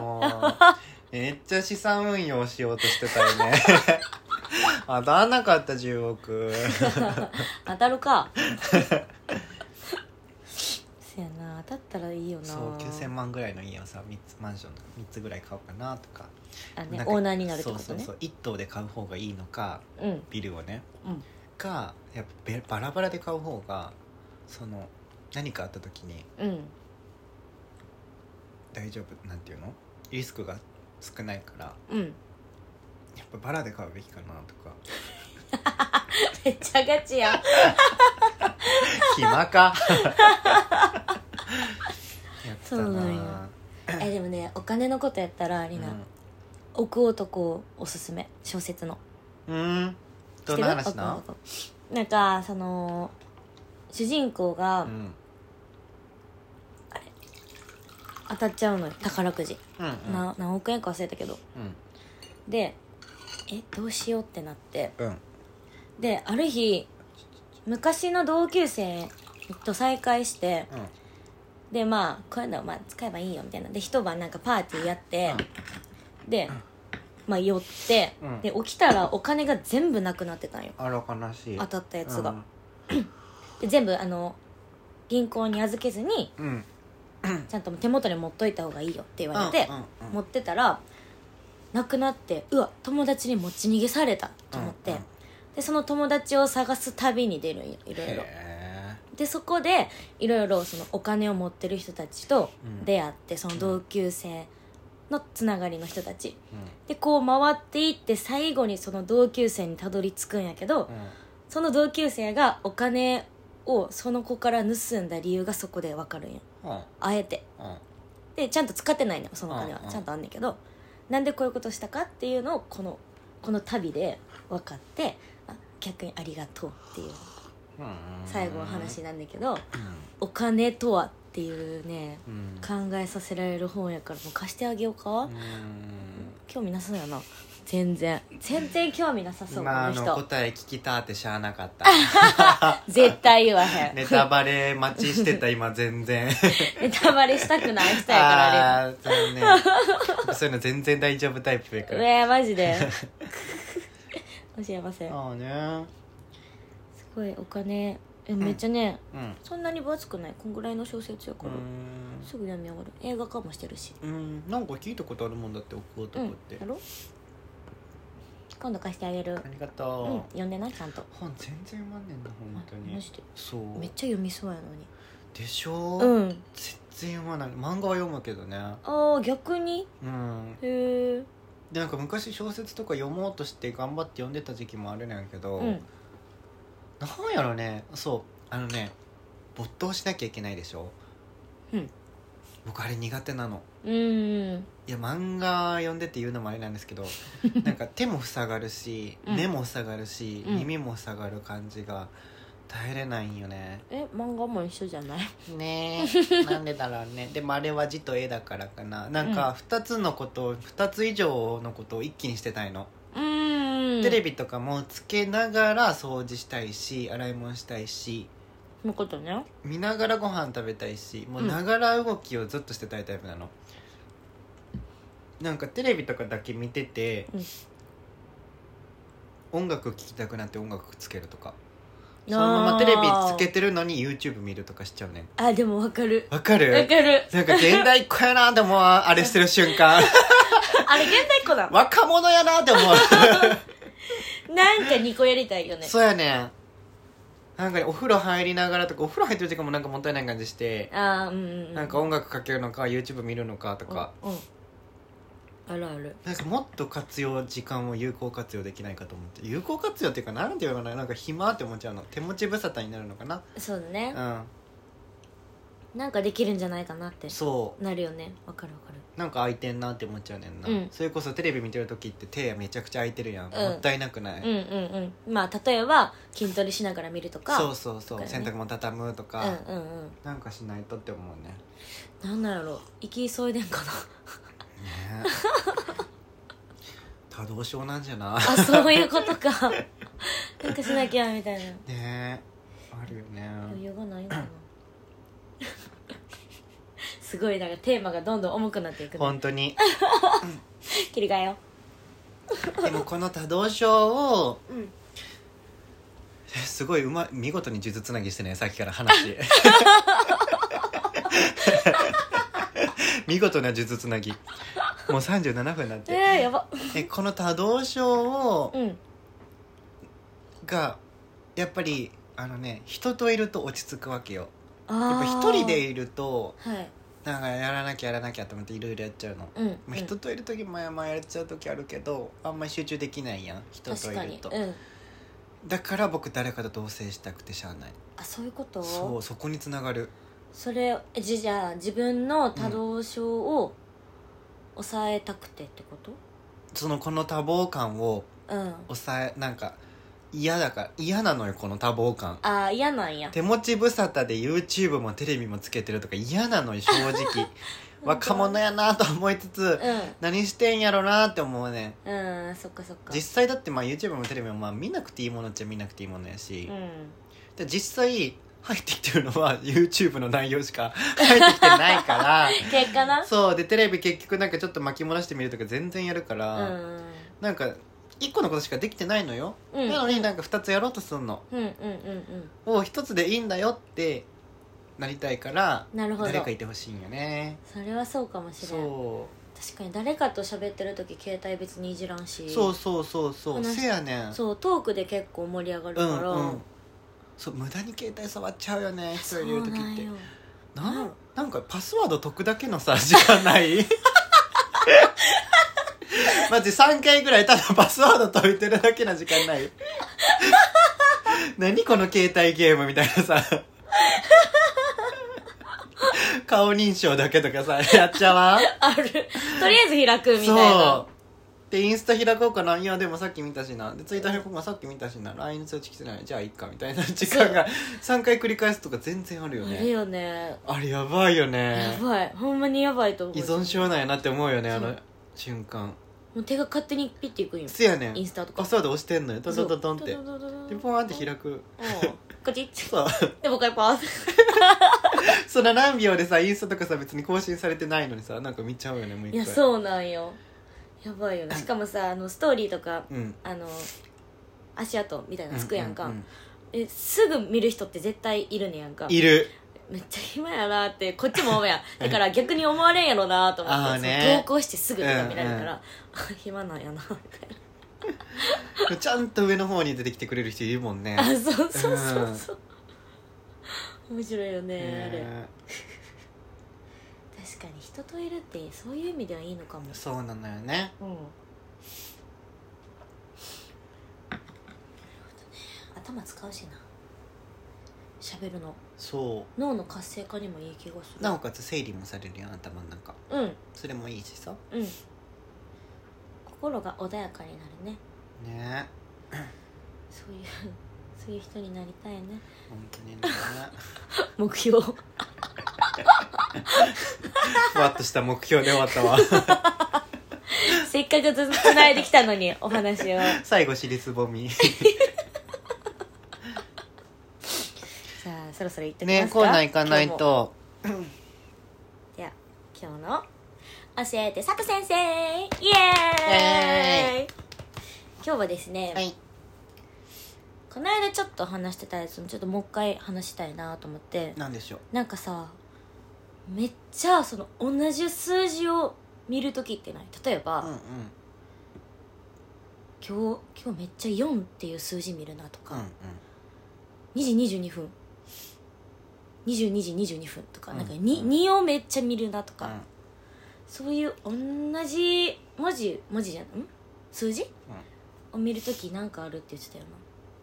[SPEAKER 1] ガチ
[SPEAKER 2] ん
[SPEAKER 1] もうめっちゃ資産運用しようとしてたよね 当たんなかった10億
[SPEAKER 2] 当た るかそやな当たったらいいよな
[SPEAKER 1] そう9000万ぐらいの家をさ3つマンションとか3つぐらい買おうかなとか
[SPEAKER 2] あ、ね
[SPEAKER 1] な、んか
[SPEAKER 2] オーナーになるってことね
[SPEAKER 1] そうそうそう1棟で買う方がいいのか
[SPEAKER 2] うん
[SPEAKER 1] ビルをね
[SPEAKER 2] うん
[SPEAKER 1] かやっぱべバラバラで買う方がその何かあった時に
[SPEAKER 2] うん
[SPEAKER 1] 大丈夫なんていうのリスクが少ないから
[SPEAKER 2] うん
[SPEAKER 1] やっぱバラで買うべきかなと か
[SPEAKER 2] めっちゃガチ やん
[SPEAKER 1] 暇 かやった
[SPEAKER 2] そうなんやえでもねお金のことやったら
[SPEAKER 1] う
[SPEAKER 2] リナ、
[SPEAKER 1] ん
[SPEAKER 2] 奥男おすすめ小説の
[SPEAKER 1] うん
[SPEAKER 2] 知っ
[SPEAKER 1] どん
[SPEAKER 2] て
[SPEAKER 1] な
[SPEAKER 2] る
[SPEAKER 1] 話な
[SPEAKER 2] 奥男なんかその主人公が
[SPEAKER 1] うん
[SPEAKER 2] 当たっちゃうのよ宝くじ、
[SPEAKER 1] うんうん
[SPEAKER 2] な何億円か忘れたけどでえどうしようってなって
[SPEAKER 1] うんうん
[SPEAKER 2] である日昔の同級生と再会して
[SPEAKER 1] うん
[SPEAKER 2] でまあこういうのまあ使えばいいよみたいなで一晩なんかパーティーやってでまあ寄って
[SPEAKER 1] うん
[SPEAKER 2] で起きたらお金が全部なくなってたんよ
[SPEAKER 1] あら悲しい
[SPEAKER 2] 当たったやつ
[SPEAKER 1] う
[SPEAKER 2] が
[SPEAKER 1] ん
[SPEAKER 2] で全部あの銀行に預けずに
[SPEAKER 1] うん
[SPEAKER 2] ちゃんと手元に持っといた方がいいよって言われて
[SPEAKER 1] うんうんうん
[SPEAKER 2] 持ってたらなくなってうわ友達に持ち逃げされたと思って
[SPEAKER 1] うんうん
[SPEAKER 2] でその友達を探す旅に出るんよいろいろ
[SPEAKER 1] へ
[SPEAKER 2] でそこでいろいろそのお金を持ってる人たちと出会って、その同級生のつながりの人たち
[SPEAKER 1] え
[SPEAKER 2] でこう回っていって最後にその同級生にたどり着くんやけ
[SPEAKER 1] うんう
[SPEAKER 2] ど、
[SPEAKER 1] ん
[SPEAKER 2] その同級生がお金をその子から盗んだ理由がそこでわかるんや
[SPEAKER 1] うん
[SPEAKER 2] あえて
[SPEAKER 1] うん
[SPEAKER 2] でちゃんと使ってないのよそのお金は、
[SPEAKER 1] うんうん
[SPEAKER 2] ちゃんとあんねんけどなんでこういうことしたかっていうのをこのこの旅で分かってあ逆にありがとうってい
[SPEAKER 1] う
[SPEAKER 2] う
[SPEAKER 1] ん
[SPEAKER 2] 最後の話になんだけど、
[SPEAKER 1] う
[SPEAKER 2] お金とはっていうね
[SPEAKER 1] んうん
[SPEAKER 2] 考えさせられる本やからもう貸してあげようか、
[SPEAKER 1] うん
[SPEAKER 2] 興味なさそうやな全然全然興味なさそうこ
[SPEAKER 1] 今の
[SPEAKER 2] の人
[SPEAKER 1] 答え聞きたってしゃあなかった
[SPEAKER 2] 絶対言わへん
[SPEAKER 1] ネタバレ待ちしてた今全然
[SPEAKER 2] ネタバレしたくない人やから
[SPEAKER 1] ああ残 念そういうの全然大丈夫タイプやか
[SPEAKER 2] ね
[SPEAKER 1] ら、
[SPEAKER 2] ねえマジ で 教えませんす
[SPEAKER 1] ああね
[SPEAKER 2] ごいお金えめっちゃね、
[SPEAKER 1] うん
[SPEAKER 2] そんなに分厚くないこんぐらいの小説やか
[SPEAKER 1] う
[SPEAKER 2] ら、
[SPEAKER 1] ん
[SPEAKER 2] すぐ読み上がる映画化もしてるし
[SPEAKER 1] うんなんか聞いたことあるもんだって奥
[SPEAKER 2] う
[SPEAKER 1] 男
[SPEAKER 2] ん
[SPEAKER 1] って、
[SPEAKER 2] やろ今度貸してあげる
[SPEAKER 1] ありが
[SPEAKER 2] うん
[SPEAKER 1] とう、
[SPEAKER 2] 読んでなちゃんと
[SPEAKER 1] 本全然読まんねんな本当
[SPEAKER 2] あマ
[SPEAKER 1] に
[SPEAKER 2] ジで
[SPEAKER 1] そう
[SPEAKER 2] めっちゃ読みそうやのに
[SPEAKER 1] でしょ
[SPEAKER 2] うん
[SPEAKER 1] 全然読まない漫画は読むけどね
[SPEAKER 2] ああ逆に
[SPEAKER 1] うん
[SPEAKER 2] へえ
[SPEAKER 1] でなんか昔小説とか読もうとして頑張って読んでた時期もあるねんけど、
[SPEAKER 2] うん
[SPEAKER 1] なんやろねそうあのね没頭しなきゃいけないでしょ
[SPEAKER 2] うん
[SPEAKER 1] 僕あれ苦手なの
[SPEAKER 2] うん
[SPEAKER 1] いや漫画読んでって言うのもあれなんですけ どなんか手も塞がるし
[SPEAKER 2] うん
[SPEAKER 1] 目も塞がるし、
[SPEAKER 2] うん
[SPEAKER 1] 耳も塞がる感じが耐えれないんよね
[SPEAKER 2] え漫画も一緒じゃない
[SPEAKER 1] ね えなんでだろうねでもあれは字と絵だからかななんか2つのことを2つ以上のことを一気にしてたいの、
[SPEAKER 2] うん
[SPEAKER 1] テレ
[SPEAKER 2] ビ
[SPEAKER 1] ビとかもつけながら掃除したいし洗い物したいし
[SPEAKER 2] のことね
[SPEAKER 1] 見ながらご飯食べたいしもううんながら動きをずっとしてたいタイプなの、なんかテレビとかだけ見てて、音楽聴きたくなって音楽つけるとかそのままテレビつけてるのに YouTube 見るとかしちゃうねん
[SPEAKER 2] あーあでもわかる
[SPEAKER 1] わかる
[SPEAKER 2] わかる
[SPEAKER 1] なんか現代っ子やなって思うあれしてる瞬間
[SPEAKER 2] あれ現代っ子だ
[SPEAKER 1] 若者やなって思う
[SPEAKER 2] なんか2個やりたいよね
[SPEAKER 1] そうやねんなんかねお風呂入りながらとかお風呂入ってる時間もなんかもったいない感じして、
[SPEAKER 2] ああうんううん
[SPEAKER 1] なんか音楽かけるのか YouTube 見るのかとか、
[SPEAKER 2] うんうんあるある
[SPEAKER 1] なんかもっと活用時間を有効活用できないかと思って有効活用っていうかなんていうのかななんか暇って思っちゃうの手持ち無沙汰になるのかな
[SPEAKER 2] そうだね
[SPEAKER 1] う
[SPEAKER 2] なんかできるんじゃないかなって
[SPEAKER 1] んそ
[SPEAKER 2] なるよねわかるわかる
[SPEAKER 1] うなんか空いてんなって思っちゃうねんな、
[SPEAKER 2] うん
[SPEAKER 1] それこそテレビ見てる時って手めちゃくちゃ空いてるやん、
[SPEAKER 2] ん
[SPEAKER 1] もったいなくない、
[SPEAKER 2] うんうんうんまあ例えば筋トレしながら見るとか
[SPEAKER 1] そうそうそう、
[SPEAKER 2] とかよ
[SPEAKER 1] 洗
[SPEAKER 2] ね
[SPEAKER 1] 濯物畳むとか、
[SPEAKER 2] うんうんうん
[SPEAKER 1] なんかしないとって思うね
[SPEAKER 2] なんなんやろ生き急いでんかな
[SPEAKER 1] ね 多動症なんじゃな
[SPEAKER 2] あそういうこと かなんかしなきゃみたいない
[SPEAKER 1] ねあるよね
[SPEAKER 2] 余裕がないのかなすごいなんかテーマがどんどん重くなっていくね
[SPEAKER 1] 本当に
[SPEAKER 2] 切り替えよ
[SPEAKER 1] でもこの多動症を
[SPEAKER 2] う、うん、
[SPEAKER 1] すごいうまい見事に数珠つなぎしてねさっきから 話見事な数珠つなぎもう37分になっ
[SPEAKER 2] えー、
[SPEAKER 1] て
[SPEAKER 2] やば
[SPEAKER 1] えこの多動症を
[SPEAKER 2] うん
[SPEAKER 1] がやっぱりあのね人といると落ち着くわけよ
[SPEAKER 2] ああ
[SPEAKER 1] やっぱ一人でいると
[SPEAKER 2] はい
[SPEAKER 1] なんかやらなきゃやらなきゃと思っていろいろやっちゃうの、
[SPEAKER 2] うん、
[SPEAKER 1] まあ、人といる時もやまあやっちゃう時あるけどあんまり集中できないやん人
[SPEAKER 2] うん、
[SPEAKER 1] と
[SPEAKER 2] 確
[SPEAKER 1] い
[SPEAKER 2] か
[SPEAKER 1] る
[SPEAKER 2] に
[SPEAKER 1] と、
[SPEAKER 2] うん
[SPEAKER 1] だから僕誰かと同棲したくてしゃあない
[SPEAKER 2] あそういうこと
[SPEAKER 1] そうそこにつながる
[SPEAKER 2] それえじじゃあ自分の多動症を抑えたくてってこと
[SPEAKER 1] そのこの多忙感を
[SPEAKER 2] うん、
[SPEAKER 1] 抑えなんか嫌だから嫌なのよこの多忙感
[SPEAKER 2] ああ嫌なんや
[SPEAKER 1] 手持ち無沙汰で YouTube もテレビもつけてるとか嫌なのよ正 直若者やなと思いつつ何してんやろなって思うねん
[SPEAKER 2] うんうんそっかそっか
[SPEAKER 1] 実際だってまあ YouTube もテレビもまあ見なくていいものっちゃ見なくていいものやし、
[SPEAKER 2] うん
[SPEAKER 1] で実際入ってきてるのは YouTube の内容しか 入ってきてないか
[SPEAKER 2] 結果な
[SPEAKER 1] らそうでテレビ結局なんかちょっと巻き戻してみるとか全然やるか
[SPEAKER 2] う
[SPEAKER 1] ら、
[SPEAKER 2] ん
[SPEAKER 1] なんか1個のことしかできてないのよ、
[SPEAKER 2] うん
[SPEAKER 1] なのになんか2つやろうとすんの
[SPEAKER 2] うんうんうん
[SPEAKER 1] を1つでいいんだよってなりたいから
[SPEAKER 2] うんなるほ
[SPEAKER 1] 誰
[SPEAKER 2] ど
[SPEAKER 1] かいてほしいんよね
[SPEAKER 2] それはそうかもしれん
[SPEAKER 1] そ
[SPEAKER 2] 確かに誰かと喋ってる時携帯別にいじらん
[SPEAKER 1] う
[SPEAKER 2] し
[SPEAKER 1] そうそうそうそう
[SPEAKER 2] 話し
[SPEAKER 1] せやねん
[SPEAKER 2] そうトークで結構盛り上がる
[SPEAKER 1] う
[SPEAKER 2] から、
[SPEAKER 1] んうんそう無駄に携帯触っちゃうよね一人いる時
[SPEAKER 2] そうな
[SPEAKER 1] っ
[SPEAKER 2] ん
[SPEAKER 1] て
[SPEAKER 2] よ
[SPEAKER 1] なんなんかパスワード解くだけのさ時間ない マジ3回ぐらいただパスワード解いてるだけの時間ない何この携帯ゲームみたいなさ顔認証だけとかさやっちゃわん
[SPEAKER 2] あるとりあえず開くみたい
[SPEAKER 1] そ
[SPEAKER 2] な
[SPEAKER 1] うでインスタ開こうかないやでもさっき見たしなでツイッター開こうかなさっき見たしな LINE 通知来てないじゃあいっかみたいな時間が3回繰り返すとか全然あるよ
[SPEAKER 2] ある
[SPEAKER 1] ね
[SPEAKER 2] よね
[SPEAKER 1] あれやばいよね
[SPEAKER 2] やばいほんまにやばいと思う
[SPEAKER 1] 依存症なんやなって思うよねあ
[SPEAKER 2] そ
[SPEAKER 1] の
[SPEAKER 2] う
[SPEAKER 1] 瞬間
[SPEAKER 2] もう手が勝手にピッていくんよ
[SPEAKER 1] せやねん
[SPEAKER 2] インスタとか
[SPEAKER 1] パスワード押してんのよトントントントンって
[SPEAKER 2] そう
[SPEAKER 1] でポーンって開く
[SPEAKER 2] うんこっち
[SPEAKER 1] そう
[SPEAKER 2] でもう一回パー
[SPEAKER 1] そんな何秒でさインスタとかさ別に更新されてないのにさなんか見ちゃうよねもう一回
[SPEAKER 2] いやそうなんよやばいよねしかもさあのストーリーとか
[SPEAKER 1] うん
[SPEAKER 2] あの足跡みたいなのつくやんか、
[SPEAKER 1] うう
[SPEAKER 2] えすぐ見る人って絶対いるねやんか
[SPEAKER 1] いる
[SPEAKER 2] めっちゃ暇やなってこっちも思うやんだから逆に思われんやろなと思って
[SPEAKER 1] あーね
[SPEAKER 2] その投稿してすぐとか見られたら、
[SPEAKER 1] うん
[SPEAKER 2] 暇なんやなみたい
[SPEAKER 1] ちゃんと上の方に出てきてくれる人いるもんね
[SPEAKER 2] なあそうそうそうそう、面白いよね、あれ
[SPEAKER 1] ね
[SPEAKER 2] 確かに人といるってそういう意味ではいいのかも
[SPEAKER 1] そうなのよね
[SPEAKER 2] うんなるほどね頭使うしな喋るの
[SPEAKER 1] そ
[SPEAKER 2] 脳の活性化にもいい気がす
[SPEAKER 1] う
[SPEAKER 2] る
[SPEAKER 1] なおかつ整理もされるよ頭の中
[SPEAKER 2] うん
[SPEAKER 1] それもいいしさ
[SPEAKER 2] うん心が穏やかになるね
[SPEAKER 1] ね
[SPEAKER 2] そういう そういう人になりたいね
[SPEAKER 1] 本当 にね
[SPEAKER 2] 目標
[SPEAKER 1] ふわっとした目標で終わったわ
[SPEAKER 2] せっかくずつないできたのにお 話を
[SPEAKER 1] 最後尻すぼみ
[SPEAKER 2] じゃあそろそろ行ってきま
[SPEAKER 1] ね
[SPEAKER 2] すか
[SPEAKER 1] コーナー行かない
[SPEAKER 2] 今日も
[SPEAKER 1] と
[SPEAKER 2] じゃあ今日の教えてさく先生イエーイ
[SPEAKER 1] エ
[SPEAKER 2] 今日はですね、
[SPEAKER 1] はい
[SPEAKER 2] この間ちょっと話してたやつもちょっともう一回話したいなと思って
[SPEAKER 1] なんでしょう
[SPEAKER 2] なんかさめっちゃその同じ数字を見る時ってない例えば、
[SPEAKER 1] うんうん
[SPEAKER 2] 今日今日めっちゃ4っていう数字見るなと
[SPEAKER 1] うんう
[SPEAKER 2] か、
[SPEAKER 1] ん
[SPEAKER 2] 2時22分22時22分とか、なんか
[SPEAKER 1] うん
[SPEAKER 2] 2, 2をめっちゃ見るなとか、
[SPEAKER 1] うん
[SPEAKER 2] そういう同じ文字文字じゃんん数字、を見る時なんかあるって言ってたよ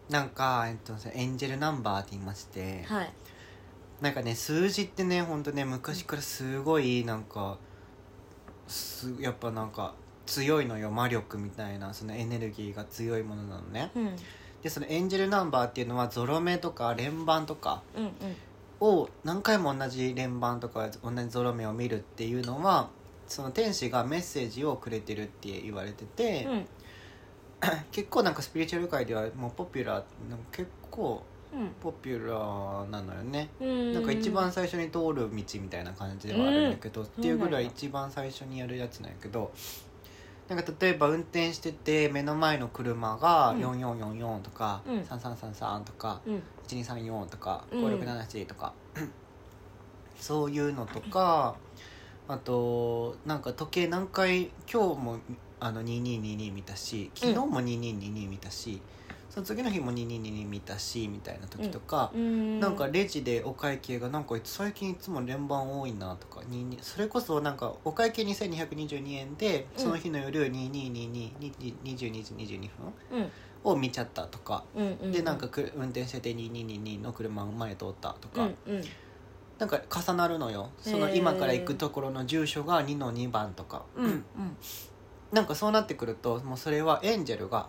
[SPEAKER 1] なんか、えっと、エンジェルナンバーって言いまして、
[SPEAKER 2] なはい
[SPEAKER 1] なんかね数字ってねほんとね昔からすごいなんかすやっぱなんか強いのよ魔力みたいなそのエネルギーが強いものなのね
[SPEAKER 2] うんうん
[SPEAKER 1] でそのエンジェルナンバーっていうのはゾロ目とか連番とか
[SPEAKER 2] うん
[SPEAKER 1] を何回も同じ連番とか同じゾロ目を見るっていうのはその天使がメッセージをくれてるって言われてて、
[SPEAKER 2] うん
[SPEAKER 1] 結構なんかスピリチュアル界ではもうポピュラーなんか結構
[SPEAKER 2] うん
[SPEAKER 1] ポピュラーなのよね
[SPEAKER 2] うん
[SPEAKER 1] なんか一番最初に通る道みたいな感じではあるんだけど、っていうぐらい
[SPEAKER 2] そうなんや
[SPEAKER 1] 一番最初にやるやつなんやけどなんか例えば運転してて目の前の車が
[SPEAKER 2] うん
[SPEAKER 1] 4444とか、
[SPEAKER 2] うん
[SPEAKER 1] 3333とか
[SPEAKER 2] うん
[SPEAKER 1] 1234とか
[SPEAKER 2] うん
[SPEAKER 1] 5678とか、 そういうのとかあとなんか時計何回今日もあの2222見たし昨日も2222見たし、その次の日も2222見たしみたいな時とか。
[SPEAKER 2] うん
[SPEAKER 1] なんかレジでお会計がなんか最近いつも連番多いなとか22それこそなんかお会計2222円で
[SPEAKER 2] うん
[SPEAKER 1] その日の夜222222時22分
[SPEAKER 2] うん
[SPEAKER 1] を見ちゃったとか
[SPEAKER 2] うんうん
[SPEAKER 1] でなんかく運転してて2222の車の前通ったと
[SPEAKER 2] う
[SPEAKER 1] か
[SPEAKER 2] んうん
[SPEAKER 1] なんか重なるのよその
[SPEAKER 2] へー
[SPEAKER 1] 今から行くところの住所が2の2番とか
[SPEAKER 2] うんうん
[SPEAKER 1] なんかそうなってくるともうそれはエンジェルが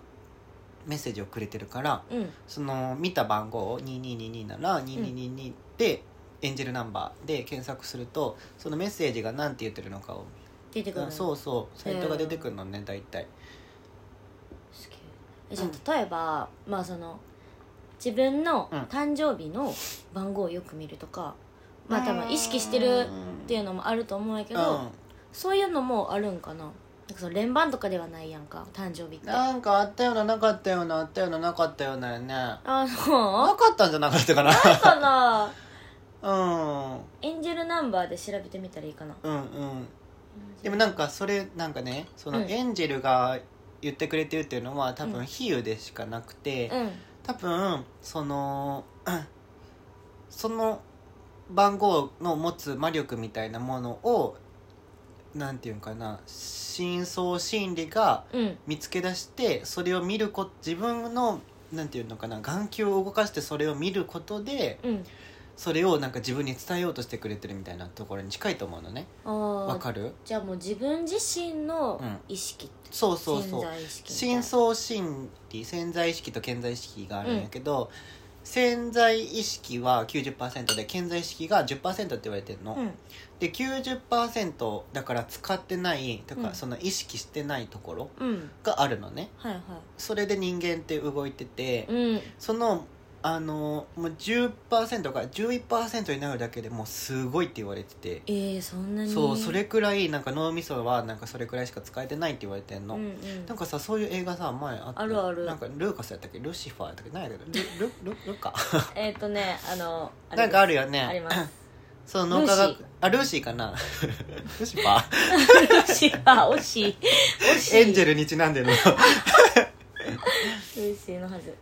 [SPEAKER 1] メッセージをくれてるから
[SPEAKER 2] うん
[SPEAKER 1] その見た番号を2222なら2222でエンジェルナンバーで検索するとそのメッセージが何て言ってるのかを
[SPEAKER 2] 出てくる
[SPEAKER 1] あ
[SPEAKER 2] の
[SPEAKER 1] そうそうサイトが出てくるのね大体
[SPEAKER 2] すげええじゃあ例えば、まあその自分の
[SPEAKER 1] うん
[SPEAKER 2] 誕生日の番号をよく見るとか、まあ多分意識してるっていうのもあると思うんやけ
[SPEAKER 1] け
[SPEAKER 2] ど、そういうのもあるんかななんかその連番とかではないやんか誕生日ってあ
[SPEAKER 1] なんかあったようななかったようなあったようななかったようなよねな
[SPEAKER 2] そう
[SPEAKER 1] かったんじゃなかったかな
[SPEAKER 2] かな
[SPEAKER 1] うん
[SPEAKER 2] エンジェルナンバーで調べてみたらいいかな
[SPEAKER 1] うんうんでもなんかそれなんかねその
[SPEAKER 2] うん
[SPEAKER 1] エンジェルが言ってくれてるっていうのは多
[SPEAKER 2] うん
[SPEAKER 1] 分比喩でしかなくて、
[SPEAKER 2] うん
[SPEAKER 1] 多分その その番号の持つ魔力みたいなものをなんていうんかな深層心理が
[SPEAKER 2] うん
[SPEAKER 1] 見つけ出してそれを見るこ自分のなんていうのかな眼球を動かしてそれを見ることで
[SPEAKER 2] うん
[SPEAKER 1] それをなんか自分に伝えようとしてくれてるみたいなところに近いと思うのね
[SPEAKER 2] あ
[SPEAKER 1] わ
[SPEAKER 2] あ
[SPEAKER 1] かる
[SPEAKER 2] じゃあもう自分自身の
[SPEAKER 1] うん
[SPEAKER 2] 意識、
[SPEAKER 1] そうそう
[SPEAKER 2] 潜
[SPEAKER 1] そう
[SPEAKER 2] 在意識みたい
[SPEAKER 1] 深
[SPEAKER 2] な
[SPEAKER 1] 層心理潜在意識と顕在意識があるんやけど、潜在意識は90%で顕在意識が10%って言われてるの、
[SPEAKER 2] うん
[SPEAKER 1] で90%だから使ってないだか
[SPEAKER 2] うん
[SPEAKER 1] らその意識してないところ
[SPEAKER 2] うん
[SPEAKER 1] があるのね
[SPEAKER 2] はいはい
[SPEAKER 1] それで人間って動いてて、
[SPEAKER 2] うん
[SPEAKER 1] そのあのもう10%から11%になるだけでもうすごいって言われてて
[SPEAKER 2] えー、そんなに
[SPEAKER 1] そうそれくらいなんか脳みそはなんかそれくらいしか使えてないって言われてんの、
[SPEAKER 2] うんうん
[SPEAKER 1] なんかさそういう映画さ前あった
[SPEAKER 2] あるある
[SPEAKER 1] なんかルーカスやったっけルシファーやったっけ何やったっけルルルル カ
[SPEAKER 2] えっ、とねあのれ
[SPEAKER 1] なんかあるよ
[SPEAKER 2] あり
[SPEAKER 1] ね
[SPEAKER 2] ます
[SPEAKER 1] その脳科
[SPEAKER 2] ルー
[SPEAKER 1] 学
[SPEAKER 2] シー
[SPEAKER 1] あルーシーか なルシファー
[SPEAKER 2] 惜しいあ惜しい惜しい
[SPEAKER 1] エンジェ
[SPEAKER 2] ル
[SPEAKER 1] ルにちなんでの
[SPEAKER 2] 嬉しいのはず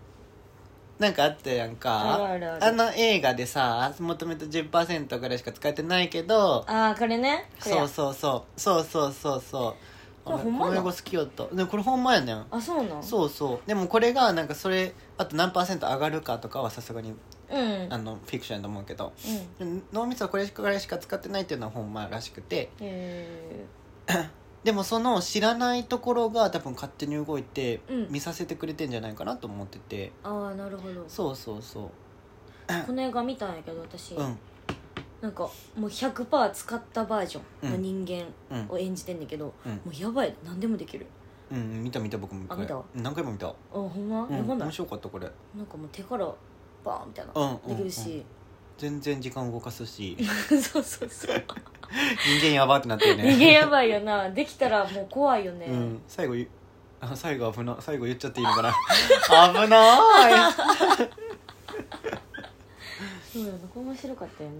[SPEAKER 1] なんかあったやんか
[SPEAKER 2] あるあるある
[SPEAKER 1] の映画でさもともと10%ぐらいしか使えてないけど
[SPEAKER 2] ああこれねこれ
[SPEAKER 1] そうそうそうそうそうそうそう
[SPEAKER 2] これ
[SPEAKER 1] 俺
[SPEAKER 2] ほんま
[SPEAKER 1] こ
[SPEAKER 2] な
[SPEAKER 1] の英
[SPEAKER 2] ん
[SPEAKER 1] 語好きよとでもこれほんまやねん
[SPEAKER 2] あそうなん
[SPEAKER 1] そうそうでもこれがなんかそれあと何パーセント上がるかとかはさすがに
[SPEAKER 2] うんうん
[SPEAKER 1] あのフィクションやと思うけど
[SPEAKER 2] へ
[SPEAKER 1] 脳みそはこれくらいしか使ってないっていうのはほんまらしくて
[SPEAKER 2] え
[SPEAKER 1] でもその知らないところが多分勝手に動いて
[SPEAKER 2] うん
[SPEAKER 1] 見させてくれてんじゃないかなと思ってて、
[SPEAKER 2] ああなるほど
[SPEAKER 1] そうそうそ
[SPEAKER 2] この映画見たんやけど私、
[SPEAKER 1] ううん
[SPEAKER 2] なんかもう100%使ったバージョンの
[SPEAKER 1] うん
[SPEAKER 2] 人間
[SPEAKER 1] うん
[SPEAKER 2] を演じてんだけど、
[SPEAKER 1] うん
[SPEAKER 2] もうやばい何でもできる
[SPEAKER 1] うん見た見た僕もこれ
[SPEAKER 2] あ見た
[SPEAKER 1] 何回も見た、
[SPEAKER 2] あほんま、
[SPEAKER 1] うん、
[SPEAKER 2] やばない
[SPEAKER 1] 面白かったこれ
[SPEAKER 2] なんかもう手からバーンみたいな、
[SPEAKER 1] うんうんうん
[SPEAKER 2] でき るし、
[SPEAKER 1] 全然時間動かすし
[SPEAKER 2] そうそうそう
[SPEAKER 1] 人間やばってなってるね
[SPEAKER 2] 逃げやばいよなできたらもう怖いよね、
[SPEAKER 1] うん、最後ゆあ最後危な最後言っちゃっていいの かな危なーい
[SPEAKER 2] そうやなこれ面白かったよね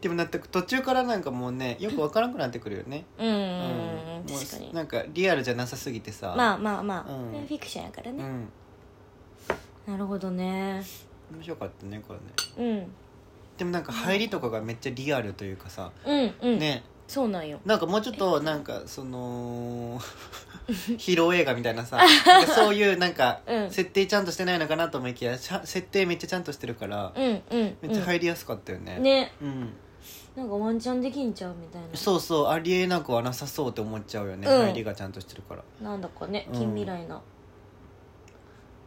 [SPEAKER 1] でもなんか途中からなんかもうねよくわからなくなってくるよね
[SPEAKER 2] うん
[SPEAKER 1] うもう
[SPEAKER 2] 確かに
[SPEAKER 1] なんかリアルじゃなさすぎてさ
[SPEAKER 2] まあまあまあ、
[SPEAKER 1] うん
[SPEAKER 2] フィクションやから
[SPEAKER 1] う
[SPEAKER 2] ね、
[SPEAKER 1] ん
[SPEAKER 2] なるほどね
[SPEAKER 1] 面白かったねこれね
[SPEAKER 2] うん
[SPEAKER 1] でもなんか入りとかがめっちゃリアルというかさ、
[SPEAKER 2] うんうん、
[SPEAKER 1] ね
[SPEAKER 2] そうなんよ
[SPEAKER 1] なんかもうちょっとなんかそ のヒーロー映画みたいなさなんかそういうなんか
[SPEAKER 2] うん
[SPEAKER 1] 設定ちゃんとしてないのかなと思いきやちゃ設定めっちゃちゃんとしてるから
[SPEAKER 2] うんうん
[SPEAKER 1] めっちゃ入りやすかったよね、
[SPEAKER 2] うん、ね
[SPEAKER 1] うん
[SPEAKER 2] なんかワンチャンできんちゃうみたいな
[SPEAKER 1] そうそうありえなくはなさそうって思っちゃうよね、
[SPEAKER 2] うん
[SPEAKER 1] 入りがちゃんとしてるから
[SPEAKER 2] なんだかね
[SPEAKER 1] うん
[SPEAKER 2] 近未来な、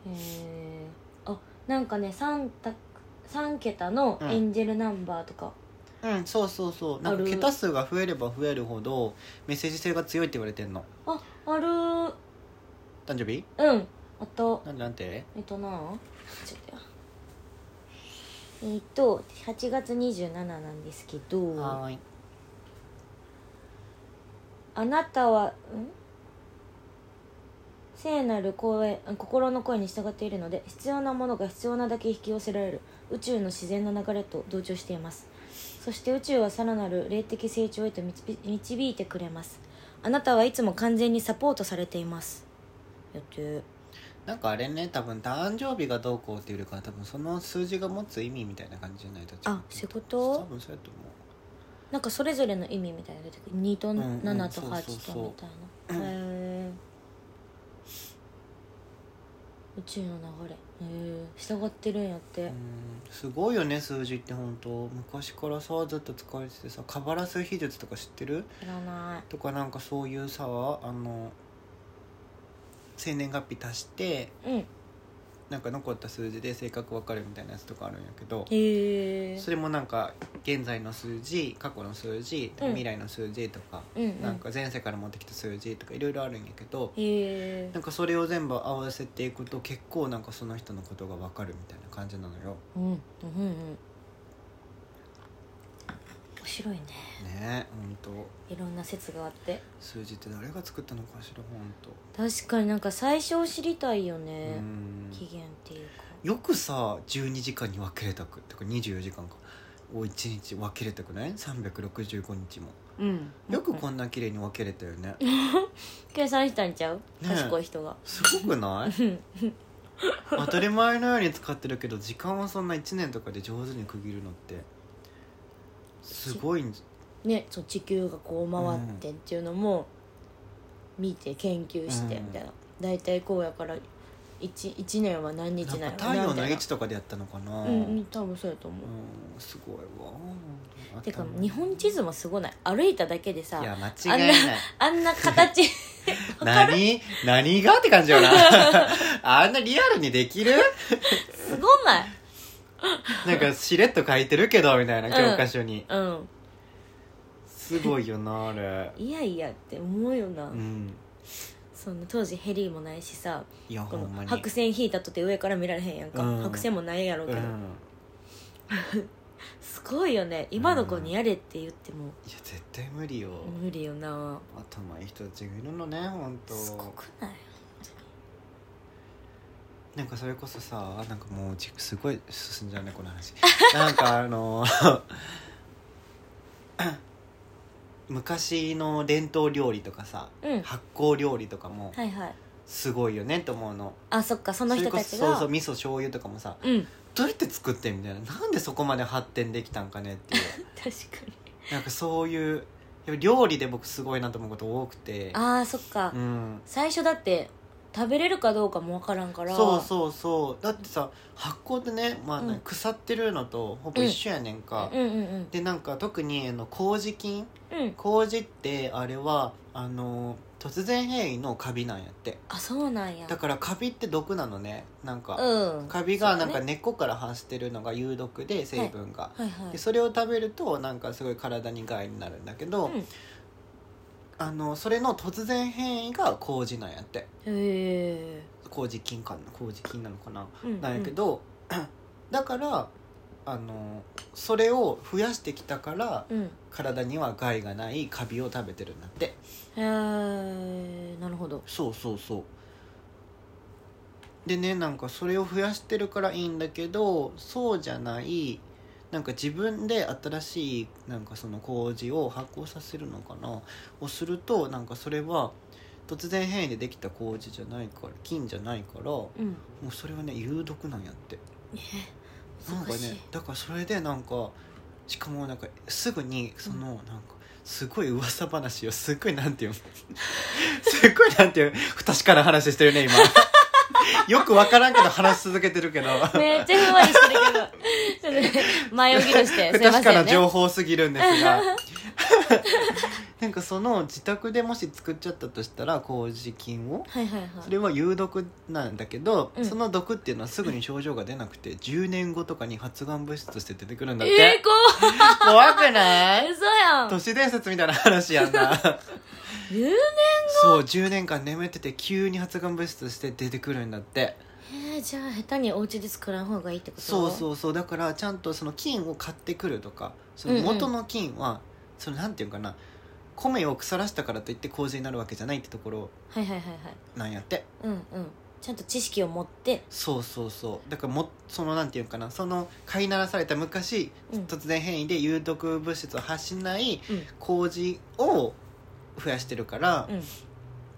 [SPEAKER 2] えー、あなんかね 3, た3桁のエンジェルナンバーとか、
[SPEAKER 1] うんそうそうそうなん
[SPEAKER 2] あ
[SPEAKER 1] か
[SPEAKER 2] る
[SPEAKER 1] 桁数が増えれば増えるほどメッセージ性が強いって言われてんの
[SPEAKER 2] ああるー
[SPEAKER 1] 誕生日
[SPEAKER 2] うんあと
[SPEAKER 1] なんてなんて
[SPEAKER 2] えっとなちょっとやえっと8月27なんですけど
[SPEAKER 1] はーい
[SPEAKER 2] あなたはん聖なる声あ心の声に従っているので必要なものが必要なだけ引き寄せられる宇宙の自然の流れと同調していますそして宇宙はさらなる霊的成長へと導導いてくれますあなたはいつも完全にサポートされていますやって
[SPEAKER 1] なんかあれね多分誕生日がどうこうっていうよりかは多分その数字が持つ意味みたいな感じじゃないと
[SPEAKER 2] あそういう
[SPEAKER 1] 多
[SPEAKER 2] こと
[SPEAKER 1] 分そうやと思う
[SPEAKER 2] なんかそれぞれの意味みたいなの出てくる2と
[SPEAKER 1] んうん
[SPEAKER 2] 7
[SPEAKER 1] そ
[SPEAKER 2] と
[SPEAKER 1] うそう
[SPEAKER 2] 8
[SPEAKER 1] そ
[SPEAKER 2] と
[SPEAKER 1] う
[SPEAKER 2] みたいな、へえ宇宙の流れへえ従ってるんやって、
[SPEAKER 1] うんすごいよね数字って本当昔からさずっと使われててさカバラ数秘術とか知ってる
[SPEAKER 2] いらない
[SPEAKER 1] とかなんかそういうさあの生年月日足して
[SPEAKER 2] うん
[SPEAKER 1] なんか残った数字で性格分かるみたいなやつとかあるんやけど
[SPEAKER 2] へえ
[SPEAKER 1] それもなんか現在の数字過去の数字
[SPEAKER 2] うん
[SPEAKER 1] 未来の数字とか、
[SPEAKER 2] うんうん
[SPEAKER 1] なんか前世から持ってきた数字とかいろいろあるんやけど
[SPEAKER 2] へえ
[SPEAKER 1] なんかそれを全部合わせていくと結構なんかその人のことが分かるみたいな感じなのよ。
[SPEAKER 2] うんうんうんうん面白いね
[SPEAKER 1] ねえ本当
[SPEAKER 2] いろんな説があって
[SPEAKER 1] 数字って誰が作ったのかしら本当、
[SPEAKER 2] 確かになんか最初を知りたいよね
[SPEAKER 1] う、ん
[SPEAKER 2] 期限っていうか
[SPEAKER 1] よくさ12時間に分けれたくとか24時間かを1日分けれたくない365日も
[SPEAKER 2] うん
[SPEAKER 1] よく
[SPEAKER 2] こ
[SPEAKER 1] こんな綺麗に分けれたよね
[SPEAKER 2] 計算したんちゃう、
[SPEAKER 1] え
[SPEAKER 2] 賢い人が
[SPEAKER 1] すごくない当たり前のように使ってるけど時間はそんな1年とかで上手に区切るのってすごいんじ
[SPEAKER 2] ねそう地球がこう回ってっていうのも見て研究して
[SPEAKER 1] うん
[SPEAKER 2] みたいな、大体こうやから 1, 1年は何日
[SPEAKER 1] なん
[SPEAKER 2] な
[SPEAKER 1] か
[SPEAKER 2] んや
[SPEAKER 1] 太陽
[SPEAKER 2] みた
[SPEAKER 1] の
[SPEAKER 2] い
[SPEAKER 1] 位
[SPEAKER 2] な
[SPEAKER 1] 置とかでやったのかな
[SPEAKER 2] うんうん多分そうやと思う、
[SPEAKER 1] うんすごいわ
[SPEAKER 2] てか日本地図もすごない歩いただけで
[SPEAKER 1] い
[SPEAKER 2] さ
[SPEAKER 1] や間違いない
[SPEAKER 2] あん な形
[SPEAKER 1] 何 何がって感じよなあんなリアルにできる
[SPEAKER 2] すごない
[SPEAKER 1] なんかしれっと書いてるけどみたいな教科書に、
[SPEAKER 2] うん
[SPEAKER 1] すごいよなあれ
[SPEAKER 2] いやいやって思うよな、
[SPEAKER 1] うん
[SPEAKER 2] そんな当時ヘリもないしさ
[SPEAKER 1] いや
[SPEAKER 2] こ
[SPEAKER 1] ほ
[SPEAKER 2] の
[SPEAKER 1] んまに
[SPEAKER 2] 白線引いたとて上から見られへんやんか、
[SPEAKER 1] うん
[SPEAKER 2] 白線もないやろう
[SPEAKER 1] う
[SPEAKER 2] け
[SPEAKER 1] ん
[SPEAKER 2] ど、
[SPEAKER 1] いや
[SPEAKER 2] すごいよね今の子にやれって言っても
[SPEAKER 1] 絶対無理よ、
[SPEAKER 2] 無理よな、
[SPEAKER 1] 頭いい人たちがいるのね本当
[SPEAKER 2] すごくない
[SPEAKER 1] なんかそれこそさなんかもうじすごい進んじゃうねこの 話なんかあの 昔の伝統料理とかさ
[SPEAKER 2] うん
[SPEAKER 1] 発酵料理とかも
[SPEAKER 2] はいはい
[SPEAKER 1] すごいよねと思うの
[SPEAKER 2] あそっかその人た
[SPEAKER 1] そ
[SPEAKER 2] ち
[SPEAKER 1] れこそそう
[SPEAKER 2] が
[SPEAKER 1] そう味噌醤油とかもさ
[SPEAKER 2] うん
[SPEAKER 1] どうやって作ってんみたいななんでそこまで発展できたんかねっていう
[SPEAKER 2] 確かに
[SPEAKER 1] なんかそういうやっぱ料理で僕すごいなと思うこと多くて
[SPEAKER 2] あーそっか、
[SPEAKER 1] うん
[SPEAKER 2] 最初だって食べれるかどうかも分からんから
[SPEAKER 1] そうそうそうだってさ発酵ってね、まあ
[SPEAKER 2] うん
[SPEAKER 1] 腐ってるのとほぼ一緒やねんか、
[SPEAKER 2] うんうんうん
[SPEAKER 1] でなんか特にあの麹菌
[SPEAKER 2] うん
[SPEAKER 1] 麹ってあれはあの突然変異のカビなんやって
[SPEAKER 2] あそうなんや
[SPEAKER 1] だからカビって毒なのねなんか、
[SPEAKER 2] うん
[SPEAKER 1] カビがなん
[SPEAKER 2] そ
[SPEAKER 1] か
[SPEAKER 2] う
[SPEAKER 1] 根っこから発してるのが有毒で成分が、
[SPEAKER 2] はいは
[SPEAKER 1] で
[SPEAKER 2] い
[SPEAKER 1] それを食べるとなんかすごい体に害になるんだけど、
[SPEAKER 2] うん
[SPEAKER 1] あのそれの突然変異が麹なんやって
[SPEAKER 2] へえ
[SPEAKER 1] 麹菌かな麹菌なのかな
[SPEAKER 2] うん
[SPEAKER 1] なんやけど、 だからあのそれを増やしてきたから
[SPEAKER 2] うん、うん
[SPEAKER 1] 体には害がないカビを食べてるんだって
[SPEAKER 2] へえなるほど
[SPEAKER 1] そうそうそうでねなんかそれを増やしてるからいいんだけどそうじゃないなんか自分で新しいなんかその麹を発酵させるのかなをするとなんかそれは突然変異でできた麹じゃないから菌じゃないからも
[SPEAKER 2] うん
[SPEAKER 1] うそれはね有毒なんやって
[SPEAKER 2] え
[SPEAKER 1] なんか
[SPEAKER 2] 難しい
[SPEAKER 1] ねだからそれでなんかしかもなんかすぐにそのなんかすごい噂話をすごいなんていうの すごいなんていう不確かな話してる ね今よく分からんけど話し続けてるけど
[SPEAKER 2] めっちゃふんわりしてるけどちょっとね前置きとして
[SPEAKER 1] 不
[SPEAKER 2] すいま
[SPEAKER 1] 確
[SPEAKER 2] せ
[SPEAKER 1] か
[SPEAKER 2] んね
[SPEAKER 1] な情報すぎるんですが なんかその自宅でもし作っちゃったとしたら麹菌を
[SPEAKER 2] はいはいはい
[SPEAKER 1] それは有毒なんだけど、
[SPEAKER 2] うん
[SPEAKER 1] その毒っていうのはすぐに症状が出なくて10年後とかに発がん物質として出てくるんだって、
[SPEAKER 2] えー、怖
[SPEAKER 1] 怖くない
[SPEAKER 2] い嘘やん
[SPEAKER 1] 都市伝説みたいな話やん な
[SPEAKER 2] 言う
[SPEAKER 1] そう10年間眠ってて急に発がん物質として出てくるんだって
[SPEAKER 2] えー、じゃあ下手にお家で作らん方がいいってこと
[SPEAKER 1] そうそうそうだからちゃんとその菌を買ってくるとかその
[SPEAKER 2] うんうん
[SPEAKER 1] 元の菌は、そのなんていうかな米を腐らしたからといって麹になるわけじゃないってところ
[SPEAKER 2] はいはいはいはい
[SPEAKER 1] なんやって
[SPEAKER 2] うんうんちゃんと知識を持って
[SPEAKER 1] そうそうそうだからもそのなんていうかなその飼いならされた昔、
[SPEAKER 2] うん
[SPEAKER 1] 突然変異で有毒物質を発しない
[SPEAKER 2] うん
[SPEAKER 1] 麹を増やしてるから、
[SPEAKER 2] うん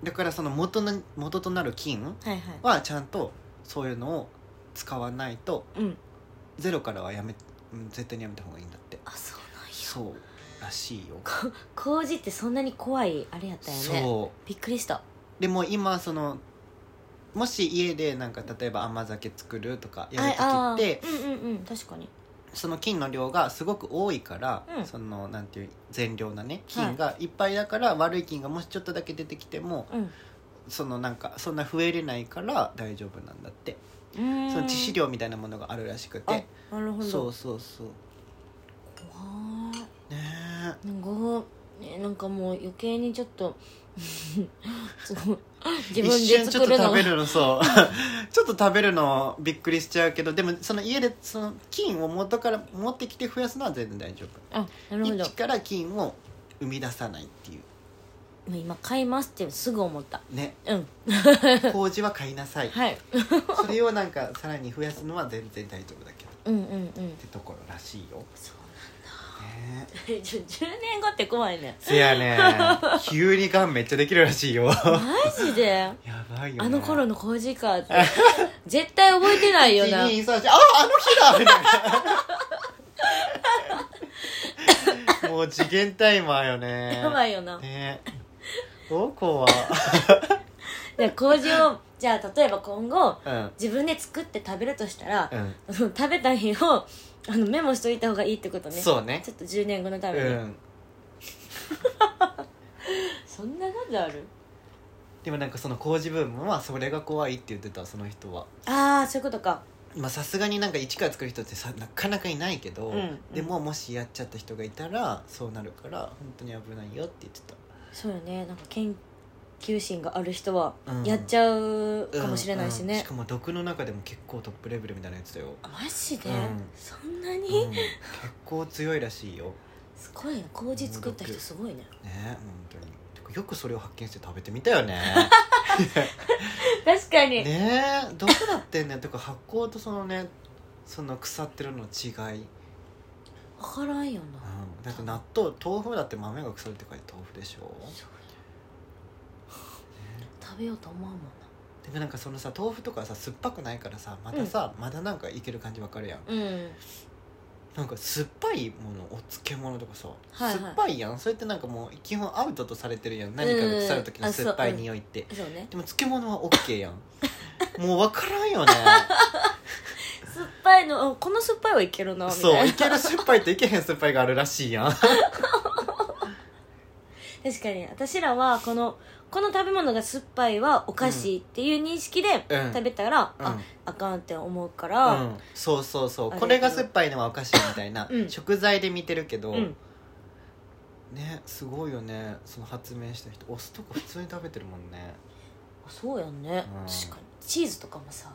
[SPEAKER 1] だからその元の元となる菌、
[SPEAKER 2] はいはい
[SPEAKER 1] はちゃんとそういうのを使わないと
[SPEAKER 2] うん
[SPEAKER 1] ゼロからはやめうん絶対にやめた方がいいんだって
[SPEAKER 2] あそうなんや
[SPEAKER 1] そうらしいよ
[SPEAKER 2] 麹ってそんなに怖いあれやったよね
[SPEAKER 1] そう
[SPEAKER 2] びっくりした
[SPEAKER 1] でも今そのもし家でなんか例えば甘酒作るとかやる
[SPEAKER 2] ああ
[SPEAKER 1] 時って
[SPEAKER 2] ーうんうんうん確かに
[SPEAKER 1] その菌の量がすごく多いから、
[SPEAKER 2] うん
[SPEAKER 1] そのなんていう善良なね菌がいっぱいだから、悪い菌がもしちょっとだけ出てきても
[SPEAKER 2] うん
[SPEAKER 1] そのなんかそんな増えれないから大丈夫なんだって
[SPEAKER 2] うーん
[SPEAKER 1] その致死量みたいなものがあるらしくて
[SPEAKER 2] あなるほど
[SPEAKER 1] そうそうそう
[SPEAKER 2] 怖い
[SPEAKER 1] ねえ
[SPEAKER 2] なんかねなんかもう余計にちょっと そう自分
[SPEAKER 1] 一
[SPEAKER 2] で
[SPEAKER 1] 瞬ちょ
[SPEAKER 2] 作
[SPEAKER 1] っと
[SPEAKER 2] るの
[SPEAKER 1] 食
[SPEAKER 2] が
[SPEAKER 1] べるのそう ちょっと食べるのびっくりしちゃうけどでもその家でその菌を元から持ってきて増やすのは全然大丈
[SPEAKER 2] あなる
[SPEAKER 1] 夫
[SPEAKER 2] ほど
[SPEAKER 1] 一から菌を生み出さないってい
[SPEAKER 2] もう今買いますってすぐ思った
[SPEAKER 1] う ね
[SPEAKER 2] うん
[SPEAKER 1] 麹は買いなさい
[SPEAKER 2] はい
[SPEAKER 1] それをなんかさらに増やすのは全然大丈夫だけどっ
[SPEAKER 2] うんうんうん
[SPEAKER 1] てところらしいよ
[SPEAKER 2] そう
[SPEAKER 1] ねえ
[SPEAKER 2] えちょ10年後って怖いね
[SPEAKER 1] せやね急にがんめっちゃできるらしい よ
[SPEAKER 2] マジで
[SPEAKER 1] やばいよ、ね、
[SPEAKER 2] あの頃の麹かって 絶対覚えてない よな
[SPEAKER 1] 1 2 3 4ああの日だみたいなもう次元タイマーよね
[SPEAKER 2] やばいよな
[SPEAKER 1] ねどこは
[SPEAKER 2] で麹をじゃあ例えば今後
[SPEAKER 1] うん
[SPEAKER 2] 自分で作って食べるとしたら
[SPEAKER 1] う、ん、
[SPEAKER 2] その 食べた日をあのメモしといた方がいいってことね
[SPEAKER 1] そうね
[SPEAKER 2] ちょっと10年後のた
[SPEAKER 1] う
[SPEAKER 2] めに、
[SPEAKER 1] ん
[SPEAKER 2] そんなことある
[SPEAKER 1] でもなんかその工事ブームはそれが怖いって言ってたその人は
[SPEAKER 2] ああそういうことか
[SPEAKER 1] まあさすがになんか一から作る人ってさなかなかいないけど、
[SPEAKER 2] うんうん
[SPEAKER 1] でももしやっちゃった人がいたらそうなるから本当に危ないよって言ってた
[SPEAKER 2] そうよねなんか研究心がある人は
[SPEAKER 1] うん
[SPEAKER 2] やっちゃうかもしれないしね、
[SPEAKER 1] うんうんしかも毒の中でも結構トップレベルみたいなやつだよ、
[SPEAKER 2] マジで、
[SPEAKER 1] うん
[SPEAKER 2] そんなに、
[SPEAKER 1] うん結構強いらしいよ
[SPEAKER 2] すごいね麹作った人すごいね
[SPEAKER 1] ね本当にてかよくそれを発見して食べてみたよ ね
[SPEAKER 2] 確かに、
[SPEAKER 1] ねえどうなってんねんとか発酵とそのねその腐ってるの違い、うん、
[SPEAKER 2] 分からんよな
[SPEAKER 1] だって納豆豆腐だって豆が腐るって書いて豆腐でしょ
[SPEAKER 2] そうや食べようと思うもんな
[SPEAKER 1] でもなんかそのさ豆腐とかさ酸っぱくないからさまたさ、まだなんかいける感じわかるやん
[SPEAKER 2] うん
[SPEAKER 1] なんか酸っぱいものお漬物とかさ、
[SPEAKER 2] はいはい
[SPEAKER 1] 酸っぱいやんそれってなんかもう基本アウトとされてるやん何かが腐る時の酸っぱい匂いって、
[SPEAKER 2] そうね
[SPEAKER 1] でも漬物は OK やん もう分からんよね
[SPEAKER 2] 酸っぱいのうんこの酸っぱいはいけるなみたい
[SPEAKER 1] そう
[SPEAKER 2] ない
[SPEAKER 1] ける酸っぱいといけへん酸っぱいがあるらしい やん
[SPEAKER 2] 確かに私らはこのこの食べ物が酸っぱいはお菓子っていう認識で
[SPEAKER 1] うん
[SPEAKER 2] 食べたら、
[SPEAKER 1] うん
[SPEAKER 2] ああかんって思うか
[SPEAKER 1] う
[SPEAKER 2] ら
[SPEAKER 1] ん、そうそうそう
[SPEAKER 2] あれ
[SPEAKER 1] これが酸っぱいのはおかしいみたいな、
[SPEAKER 2] うん
[SPEAKER 1] 食材で見てるけど、
[SPEAKER 2] うん、
[SPEAKER 1] ねすごいよねその発明した人お酢とか普通に食べてるもんね
[SPEAKER 2] あそうやんね、
[SPEAKER 1] うん
[SPEAKER 2] 確かにチーズとかもさ
[SPEAKER 1] い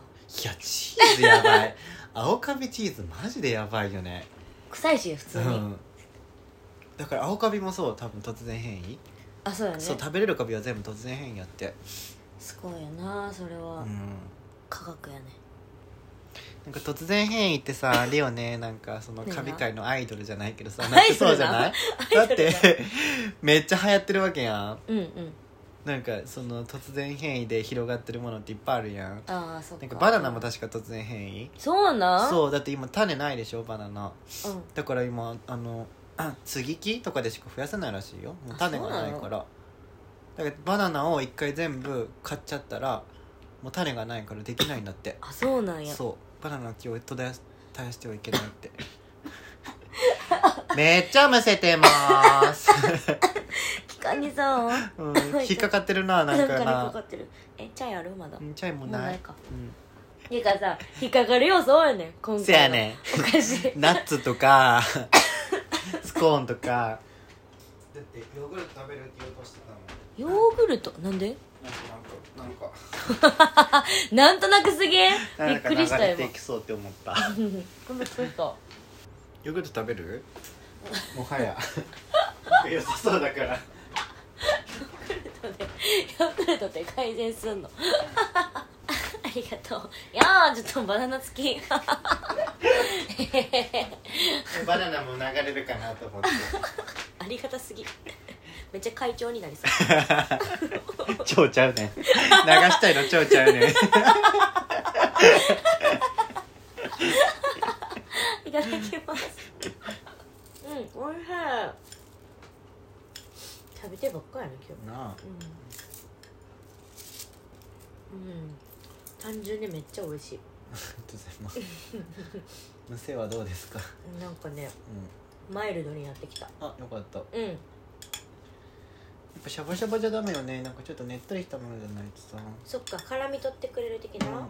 [SPEAKER 1] やチーズやばい青カビチーズマジでやばいよね
[SPEAKER 2] 臭いし普通
[SPEAKER 1] う
[SPEAKER 2] に、
[SPEAKER 1] んだから青カビもそう多分突然変異、
[SPEAKER 2] あそうやね
[SPEAKER 1] そう食べれるカビは全部突然変異やって
[SPEAKER 2] すごいよなそれ
[SPEAKER 1] う
[SPEAKER 2] は、
[SPEAKER 1] ん
[SPEAKER 2] 科学やね
[SPEAKER 1] なんか突然変異ってさレオねなんかその
[SPEAKER 2] 何が
[SPEAKER 1] カビ界のアイドルじゃないけどさ
[SPEAKER 2] アイドル
[SPEAKER 1] な
[SPEAKER 2] な
[SPEAKER 1] ってそうじゃないだ
[SPEAKER 2] ア
[SPEAKER 1] っ
[SPEAKER 2] イド
[SPEAKER 1] て
[SPEAKER 2] ルだ
[SPEAKER 1] めっちゃ流行ってるわけやん
[SPEAKER 2] うんうん
[SPEAKER 1] なんかその突然変異で広がってるものっていっぱいあるやん
[SPEAKER 2] ああそっか
[SPEAKER 1] なんかバナナも確か突然変異
[SPEAKER 2] そうなん
[SPEAKER 1] そうだって今種ないでしょバナナ
[SPEAKER 2] う、ん、
[SPEAKER 1] だから今あの あ継ぎ木とかでしか増やせないらしいよもう種がない
[SPEAKER 2] あそ
[SPEAKER 1] か
[SPEAKER 2] う
[SPEAKER 1] らだからバナナを一回全部買っちゃったらもう種がないからできないんだって
[SPEAKER 2] あそうなんや
[SPEAKER 1] そうバナナの木を途絶やしてはいけないって めっちゃむせてまー す、
[SPEAKER 2] 気管に さ
[SPEAKER 1] うん、引っかかってる ななん
[SPEAKER 2] なんか
[SPEAKER 1] か
[SPEAKER 2] にか
[SPEAKER 1] な
[SPEAKER 2] かってるえチャイあるまだ
[SPEAKER 1] うんチャイも
[SPEAKER 2] もう
[SPEAKER 1] ない
[SPEAKER 2] ないか
[SPEAKER 1] う
[SPEAKER 2] てかさ引っかかる要素多いよねん今回
[SPEAKER 1] ん、
[SPEAKER 2] の
[SPEAKER 1] せやね
[SPEAKER 2] お かしい
[SPEAKER 1] んナッツと かスコーンとかだってヨーグルト食べるって言おうとしてたもん
[SPEAKER 2] ヨーグルトなんで
[SPEAKER 1] なんか
[SPEAKER 2] なんとなくすげえ
[SPEAKER 1] な
[SPEAKER 2] び
[SPEAKER 1] ん
[SPEAKER 2] っ
[SPEAKER 1] か
[SPEAKER 2] くりした
[SPEAKER 1] 流れ
[SPEAKER 2] よ
[SPEAKER 1] て
[SPEAKER 2] 今
[SPEAKER 1] いきそうって思った
[SPEAKER 2] ごめんそうか
[SPEAKER 1] ヨーグルト食べるもはや良さそうだから
[SPEAKER 2] ヨーグルトって改善すんのありがとういやーちょっとバナナ付き
[SPEAKER 1] バナナも流れるかなと思って
[SPEAKER 2] ありがたすぎめっちゃ会長になりそう
[SPEAKER 1] 超ちゃうねん流したいの超ちゃうねん
[SPEAKER 2] いただきます うんおいしい食べてばっかりやね今
[SPEAKER 1] なあ
[SPEAKER 2] 日うん、うん、単純にめっちゃ美味しい
[SPEAKER 1] ありがとうございますむせはどうですか
[SPEAKER 2] なんかね
[SPEAKER 1] う
[SPEAKER 2] マイルドになってきた
[SPEAKER 1] んあよかったや
[SPEAKER 2] うん
[SPEAKER 1] っぱシャバシャバじゃダメよねなんかちょっとねっとりしたものじゃないとさ
[SPEAKER 2] そっか絡み取ってくれる的
[SPEAKER 1] うんう
[SPEAKER 2] な、
[SPEAKER 1] ん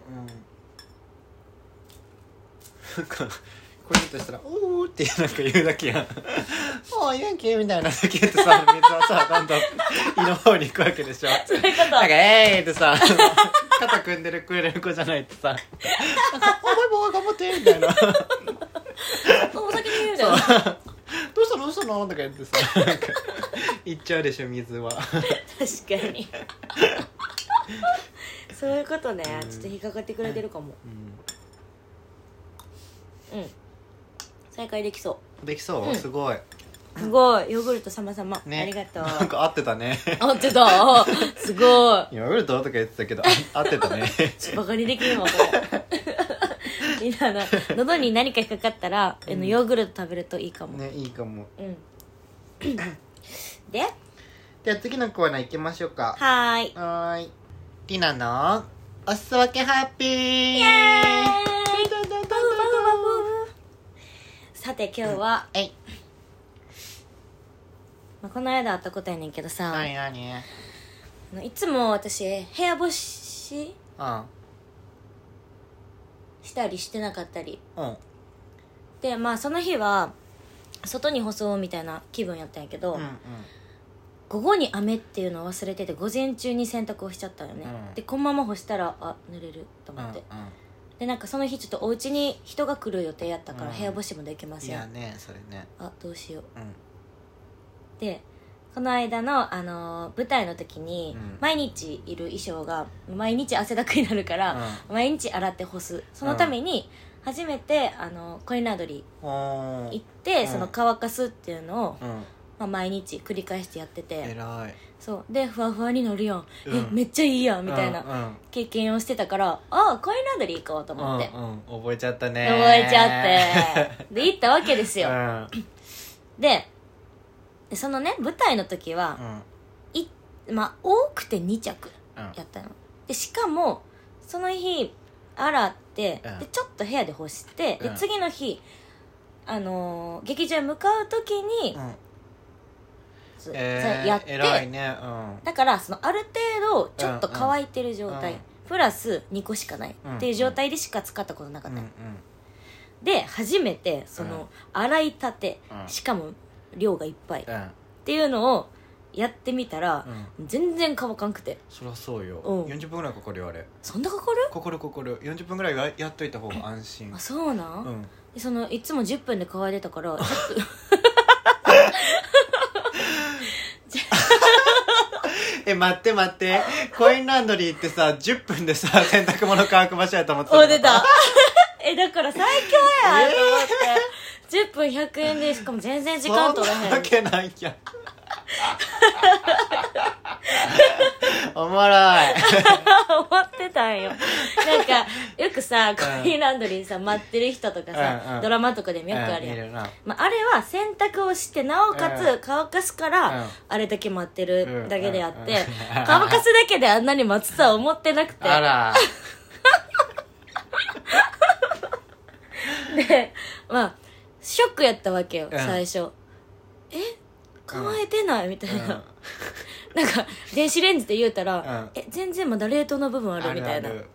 [SPEAKER 1] なんかこういうとしたら「おお」ってなんか言うだけやん「おお元気?」みたいなだけってさ水はさどんどん胃の方に行くわけでしょ
[SPEAKER 2] そういうこと
[SPEAKER 1] なんか「えー」ってさ肩組んでるくれる子じゃないとさ「なんかお前も頑張って」みたいな「
[SPEAKER 2] お酒に言うみたいな確か
[SPEAKER 1] どうしたのどうしたの?」とか言ってさなんか行っちゃうでしょ水は
[SPEAKER 2] に そういうことねちょっと引っかかってくれてるかも
[SPEAKER 1] うん
[SPEAKER 2] うん再開できそ
[SPEAKER 1] できそう、
[SPEAKER 2] うん
[SPEAKER 1] すごいう
[SPEAKER 2] すごいヨーグルト様様、
[SPEAKER 1] ね
[SPEAKER 2] ありがとう
[SPEAKER 1] なんか合ってた ね
[SPEAKER 2] 合ってた すごい
[SPEAKER 1] ヨーグルトとか言ってたけどあ合ってた ね
[SPEAKER 2] バカにできるわこ れみんなあの喉に何か引っかかったら、あのヨーグルト食べるといいかも、
[SPEAKER 1] ねいいかも
[SPEAKER 2] うんでは
[SPEAKER 1] では次のコーナー行きましょうか
[SPEAKER 2] ーい
[SPEAKER 1] はーいティナのおすわけハッピーイ
[SPEAKER 2] さて今日は、
[SPEAKER 1] えい
[SPEAKER 2] まあ、この間あったことやねんけどさ、
[SPEAKER 1] なになにうん
[SPEAKER 2] あのいつも私部屋干し
[SPEAKER 1] あ
[SPEAKER 2] したりしてなかったり
[SPEAKER 1] うん
[SPEAKER 2] でまあその日は外に干そうみたいな気分やったんやけど、
[SPEAKER 1] うんうん
[SPEAKER 2] 午後に雨っていうのを忘れてて午前中に洗濯をしちゃったよね、
[SPEAKER 1] うん
[SPEAKER 2] でこのまま干したらあ濡れると
[SPEAKER 1] う
[SPEAKER 2] 思
[SPEAKER 1] ん
[SPEAKER 2] って、
[SPEAKER 1] う
[SPEAKER 2] でなんかその日ちょっとお家に人が来る予定やったから
[SPEAKER 1] うん
[SPEAKER 2] 部屋干しもできま
[SPEAKER 1] んい
[SPEAKER 2] せん、
[SPEAKER 1] やねそれね
[SPEAKER 2] あどうしよう
[SPEAKER 1] うん
[SPEAKER 2] でこの間の、あのー舞台の時に、
[SPEAKER 1] うん
[SPEAKER 2] 毎日いる衣装が毎日汗だくになるから、毎日洗って干すそのために初めて、あのーコインランドリ
[SPEAKER 1] うんお
[SPEAKER 2] ー行っ
[SPEAKER 1] ー
[SPEAKER 2] て、
[SPEAKER 1] うん
[SPEAKER 2] その乾かすっていうのを、
[SPEAKER 1] うん
[SPEAKER 2] まあ、毎日繰り返してやってて
[SPEAKER 1] 偉い
[SPEAKER 2] そうでふわふわになるやん、
[SPEAKER 1] うん
[SPEAKER 2] えめっちゃいいやんみたいな
[SPEAKER 1] な
[SPEAKER 2] 経験をしてたからああコインランドリー行こうと
[SPEAKER 1] うん
[SPEAKER 2] 思って、
[SPEAKER 1] うん覚えちゃったね
[SPEAKER 2] 覚え ちゃってで行ったわけですよ、
[SPEAKER 1] うん
[SPEAKER 2] ででそのね舞台の時は、
[SPEAKER 1] うん
[SPEAKER 2] いまあ多くて2着
[SPEAKER 1] うん
[SPEAKER 2] やったのでしかもその日洗って、
[SPEAKER 1] うん
[SPEAKER 2] でちょっと部屋で干して、
[SPEAKER 1] う
[SPEAKER 2] で
[SPEAKER 1] ん
[SPEAKER 2] 次の日あのー劇場へ向かう時に、
[SPEAKER 1] うん
[SPEAKER 2] そ
[SPEAKER 1] え
[SPEAKER 2] そ
[SPEAKER 1] ー
[SPEAKER 2] れやって
[SPEAKER 1] 偉いねうん
[SPEAKER 2] だからそのある程度ちょっと
[SPEAKER 1] うんうん
[SPEAKER 2] 乾いてる状態、
[SPEAKER 1] うん
[SPEAKER 2] プラス2個しかないっていう状態でしか使ったことなか
[SPEAKER 1] う
[SPEAKER 2] っ
[SPEAKER 1] ん
[SPEAKER 2] た、
[SPEAKER 1] うん
[SPEAKER 2] で初めてその洗いたて、
[SPEAKER 1] うん
[SPEAKER 2] しかも量がいっぱいっ
[SPEAKER 1] うん
[SPEAKER 2] ていうのをやってみたら
[SPEAKER 1] う、ん
[SPEAKER 2] 全然乾かんくて
[SPEAKER 1] そりゃそうよ
[SPEAKER 2] うん
[SPEAKER 1] 40分ぐらいかかるよあれ
[SPEAKER 2] そんなかかる
[SPEAKER 1] かかるかかる40分ぐらいはやっといた方が安心
[SPEAKER 2] あそうなん、
[SPEAKER 1] うん
[SPEAKER 2] でそのいつも10分で乾いて たからちょっと
[SPEAKER 1] え待って待ってコインランドリーってさ10分でさ 洗濯物乾く場所やと思って
[SPEAKER 2] お
[SPEAKER 1] の
[SPEAKER 2] 出た えだから最強やと思って、10分100円でしかも全然時間取ら
[SPEAKER 1] そん
[SPEAKER 2] へ
[SPEAKER 1] なんわけないやん おもろい
[SPEAKER 2] 思ってたんよなんかよくさコインランドリーさ待ってる人とかさ、
[SPEAKER 1] うんうん
[SPEAKER 2] ドラマとかでもよくある
[SPEAKER 1] う
[SPEAKER 2] やん、
[SPEAKER 1] ん見るな
[SPEAKER 2] まあ、あれは洗濯をしてなおか
[SPEAKER 1] う
[SPEAKER 2] つ
[SPEAKER 1] ん
[SPEAKER 2] 乾かすから、
[SPEAKER 1] うん
[SPEAKER 2] あれだけ待ってるだけであって、
[SPEAKER 1] うんうん
[SPEAKER 2] 乾かすだけであんなに待つとは思ってなくて
[SPEAKER 1] あら
[SPEAKER 2] でまあショックやったわけよ、
[SPEAKER 1] うん
[SPEAKER 2] 最初え乾いてない、みたいな、なんか電子レンジで言うたら、え全然まだ冷凍の部分あ
[SPEAKER 1] うん
[SPEAKER 2] るみたいな
[SPEAKER 1] あ
[SPEAKER 2] っ
[SPEAKER 1] る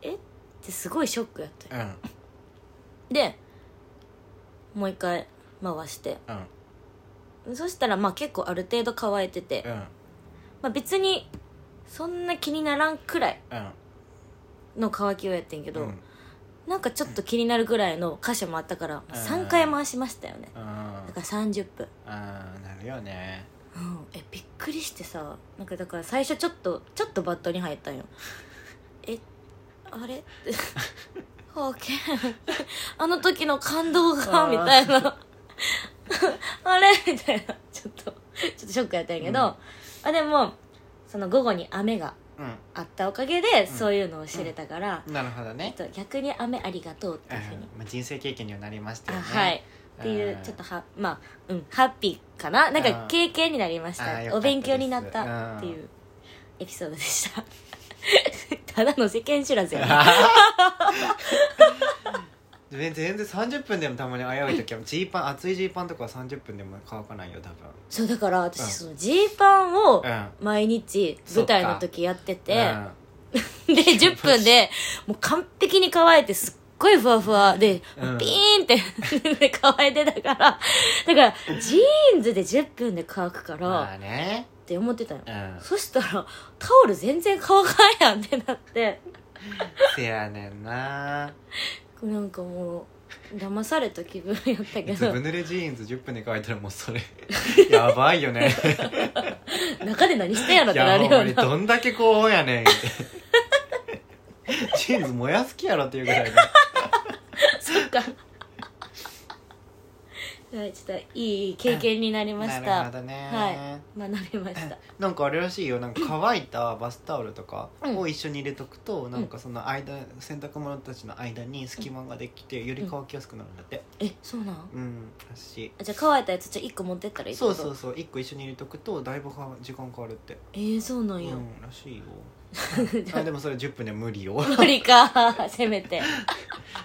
[SPEAKER 2] てすごいショックやったよ
[SPEAKER 1] ある
[SPEAKER 2] でもう一回回して
[SPEAKER 1] うん
[SPEAKER 2] そしたらまあ結構ある程度乾いてて、
[SPEAKER 1] うん
[SPEAKER 2] まあ、別にそんな気にならんくらい
[SPEAKER 1] うん
[SPEAKER 2] の乾きをやってんけ
[SPEAKER 1] う
[SPEAKER 2] ど、
[SPEAKER 1] んうん
[SPEAKER 2] なんかちょっと気になるぐらいの箇所もあったから、
[SPEAKER 1] ん
[SPEAKER 2] 3回回しましたよねだから30分、
[SPEAKER 1] うんなるよね
[SPEAKER 2] うん、えびっくりしてさなんかだから最初ちょっとちょっとバットに入ったんよえあ れホーケン あの時の感動が
[SPEAKER 1] あー
[SPEAKER 2] みたいな あれみたいなちょっとちょっとショックやったんやけど、
[SPEAKER 1] うん
[SPEAKER 2] あでもその午後に雨が
[SPEAKER 1] う
[SPEAKER 2] あったおかげで
[SPEAKER 1] ん
[SPEAKER 2] そういうのを知れたから、
[SPEAKER 1] んなるほどね
[SPEAKER 2] ちょっと逆に雨ありがとうって
[SPEAKER 1] う
[SPEAKER 2] い
[SPEAKER 1] ん
[SPEAKER 2] うふうに、
[SPEAKER 1] まあ、人生経験にはなりましたよ
[SPEAKER 2] あ
[SPEAKER 1] ね
[SPEAKER 2] はいっていう
[SPEAKER 1] うん
[SPEAKER 2] ちょっとはまあうんハッピーかななん
[SPEAKER 1] う
[SPEAKER 2] か
[SPEAKER 1] ん
[SPEAKER 2] 経験になりま
[SPEAKER 1] あ
[SPEAKER 2] し
[SPEAKER 1] ーよかったで
[SPEAKER 2] た
[SPEAKER 1] す
[SPEAKER 2] お勉強になったっていうエピソードでした ただの世間知らずやな
[SPEAKER 1] 全然30分でもたまに危うい時はジーパン熱いジーパンとかは30分でも乾かないよ多分
[SPEAKER 2] そうだから私
[SPEAKER 1] うん
[SPEAKER 2] そのジーパンを
[SPEAKER 1] うん
[SPEAKER 2] 毎日舞台の時やってて、
[SPEAKER 1] うん
[SPEAKER 2] で10分でもう完璧に乾いてすっごいふわふわで、
[SPEAKER 1] うん
[SPEAKER 2] ピーンって で乾いてたからだからジーンズで10分で乾くから、
[SPEAKER 1] まあね
[SPEAKER 2] って思ってたよ、
[SPEAKER 1] うん
[SPEAKER 2] そしたらタオル全然乾かんやんってなって
[SPEAKER 1] せやねん な
[SPEAKER 2] なんかもう騙された気分やったけ
[SPEAKER 1] ず
[SPEAKER 2] ど
[SPEAKER 1] ぶ濡れジーンズ10分で乾いたらもう それやばいよね
[SPEAKER 2] 中で何してんやろっ
[SPEAKER 1] い
[SPEAKER 2] てな
[SPEAKER 1] や
[SPEAKER 2] る
[SPEAKER 1] ほんま
[SPEAKER 2] よ
[SPEAKER 1] に
[SPEAKER 2] な
[SPEAKER 1] どんだけ高温や ねんってジーンズ燃やす気やろっていうぐ らいの
[SPEAKER 2] そっかはいちょっといい経験になりまし
[SPEAKER 1] なる
[SPEAKER 2] た
[SPEAKER 1] ほどね、
[SPEAKER 2] はい学びました
[SPEAKER 1] なんかあれらしいよなんか乾いたバスタオルとか
[SPEAKER 2] うん
[SPEAKER 1] を一緒に入れとくと、なんかその間洗濯物たちの間に隙間ができてより乾きやすくなるんだって
[SPEAKER 2] えそうなん
[SPEAKER 1] うん、らし
[SPEAKER 2] あじゃあ乾いたやつじゃあ1個持ってったらい
[SPEAKER 1] い
[SPEAKER 2] いって
[SPEAKER 1] そ
[SPEAKER 2] こ
[SPEAKER 1] う
[SPEAKER 2] と
[SPEAKER 1] そうそう一個一緒に入れとくとだいぶか時間変わるって
[SPEAKER 2] えー、そうな
[SPEAKER 1] うん
[SPEAKER 2] や、
[SPEAKER 1] んら しいよあでもそれ10分で無理よ
[SPEAKER 2] 無理か せめて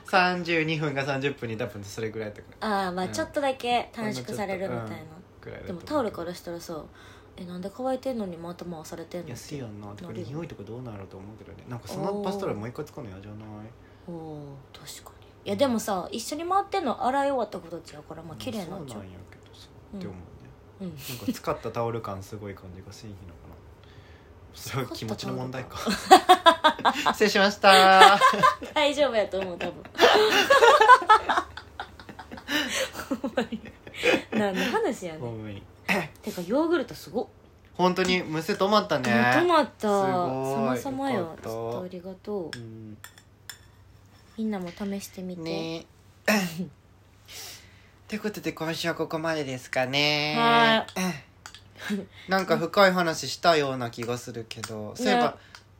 [SPEAKER 1] 32分が30分に多分それぐらいとか
[SPEAKER 2] ああまあ
[SPEAKER 1] うん
[SPEAKER 2] ちょっとだけ短縮されるみたいな、
[SPEAKER 1] ぐらいだ
[SPEAKER 2] で
[SPEAKER 1] と思
[SPEAKER 2] も
[SPEAKER 1] う
[SPEAKER 2] タオルからしたらさえなんで乾いてんのにまた回されてんの
[SPEAKER 1] 安いやんなてか
[SPEAKER 2] なるよ
[SPEAKER 1] 匂いとかどうなると思うけどねなんかそのバスタオルもう一回使うの嫌じゃない
[SPEAKER 2] おー確かにいやでもさ一緒に回ってんの洗い終わった子たちやからまあ綺麗になっち
[SPEAKER 1] そ
[SPEAKER 2] ゃ
[SPEAKER 1] う
[SPEAKER 2] う
[SPEAKER 1] なんやけどさ、
[SPEAKER 2] うん
[SPEAKER 1] って思うね
[SPEAKER 2] うん
[SPEAKER 1] なんか使ったタオル感すごい感じがしていいのかなそれは気持ちの問題か 失礼しました
[SPEAKER 2] 大丈夫やと思う 多分ほんまに何の話やね
[SPEAKER 1] ほ
[SPEAKER 2] ん
[SPEAKER 1] んまに
[SPEAKER 2] てかヨーグルトすごっ
[SPEAKER 1] 本当にむせ止まったね
[SPEAKER 2] 止まった
[SPEAKER 1] すごい
[SPEAKER 2] さまさま
[SPEAKER 1] よか
[SPEAKER 2] よ
[SPEAKER 1] っ
[SPEAKER 2] ち
[SPEAKER 1] た
[SPEAKER 2] ょっとありがとう
[SPEAKER 1] うん
[SPEAKER 2] みんなも試してみて、
[SPEAKER 1] ねということで今週はここまでですかね
[SPEAKER 2] は
[SPEAKER 1] なんか深い話したような気がするけどそういえば、
[SPEAKER 2] ね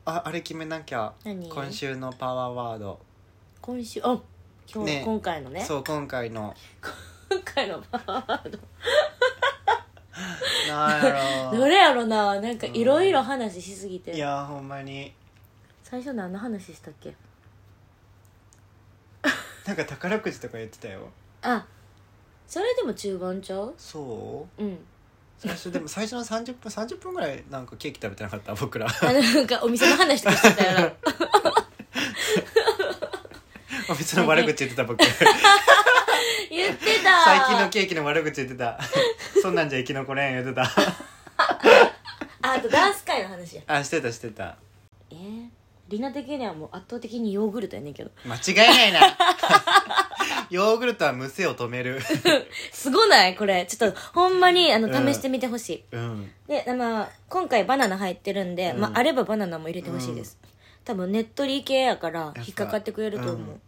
[SPEAKER 1] ああれ決めなきゃ
[SPEAKER 2] 何
[SPEAKER 1] 今週のパワーワード、
[SPEAKER 2] 今週あ今日、
[SPEAKER 1] ね
[SPEAKER 2] 今回のね
[SPEAKER 1] そう今回 の
[SPEAKER 2] 今回のパワーワード
[SPEAKER 1] なんやろ
[SPEAKER 2] どれやろななんかいろいろ話しすぎて、
[SPEAKER 1] いやほんまに
[SPEAKER 2] 最初何の話したっけ
[SPEAKER 1] なんか宝くじとか言ってたよ
[SPEAKER 2] あそれでも中盤ちゃう
[SPEAKER 1] そう
[SPEAKER 2] うん
[SPEAKER 1] 最初でも最初の30分30分ぐらいなんかケーキ食べてなかった僕ら
[SPEAKER 2] あなんかお店の話とかしてたや ろ
[SPEAKER 1] お店の悪口言ってた僕最
[SPEAKER 2] 言ってた
[SPEAKER 1] 近のケーキの悪口言ってたそんなんじゃ生き残れん言ってた
[SPEAKER 2] ああとダンス界の話や
[SPEAKER 1] あしてたしてた
[SPEAKER 2] えー、リナ的にはもう圧倒的にヨーグルトやねんけど
[SPEAKER 1] 間違いないなヨーグルトはむせを止める
[SPEAKER 2] すごないこれちょっとほんまにあの
[SPEAKER 1] うん
[SPEAKER 2] 試してみてほしい、
[SPEAKER 1] うん
[SPEAKER 2] で、まあ、今回バナナ入ってるんで、
[SPEAKER 1] うん
[SPEAKER 2] まあ、あればバナナも入れてほしいです、多分ねっとり系やから引っかかってくれると思う、
[SPEAKER 1] うん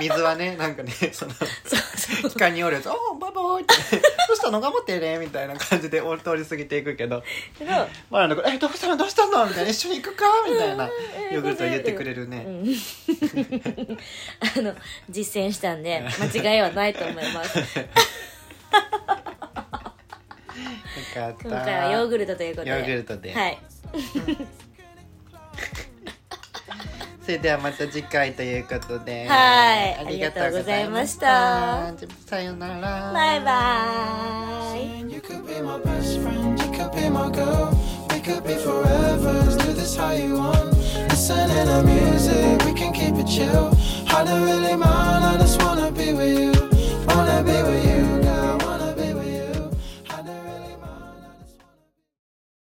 [SPEAKER 1] 水はねなんかねその
[SPEAKER 2] そうそう
[SPEAKER 1] 機関におるやつ「おおバイバイ」って「どうしたの頑張ってね」みたいな感じで俺通り過ぎていくけど
[SPEAKER 2] けど
[SPEAKER 1] まあなんかえどうしたのどうしたの?」みたいな「一緒に行くか?」みたいなヨーグルト言ってくれるね、
[SPEAKER 2] うんあの実践したんで間違いはないと思います
[SPEAKER 1] よかった
[SPEAKER 2] 今回はヨーグルトということで
[SPEAKER 1] ヨーグルトで
[SPEAKER 2] はい
[SPEAKER 1] それではまた次回ということで
[SPEAKER 2] はい
[SPEAKER 1] ありがとうございまし
[SPEAKER 2] あ
[SPEAKER 1] た
[SPEAKER 2] りが
[SPEAKER 1] さよなら
[SPEAKER 2] バイバーイ
[SPEAKER 3] And you could be my best friend, you could be my girl. We could be forever, let's do this how you want. Listening to music, we can keep it chill. I don't really mind, I just wanna be with you. Wanna be with you,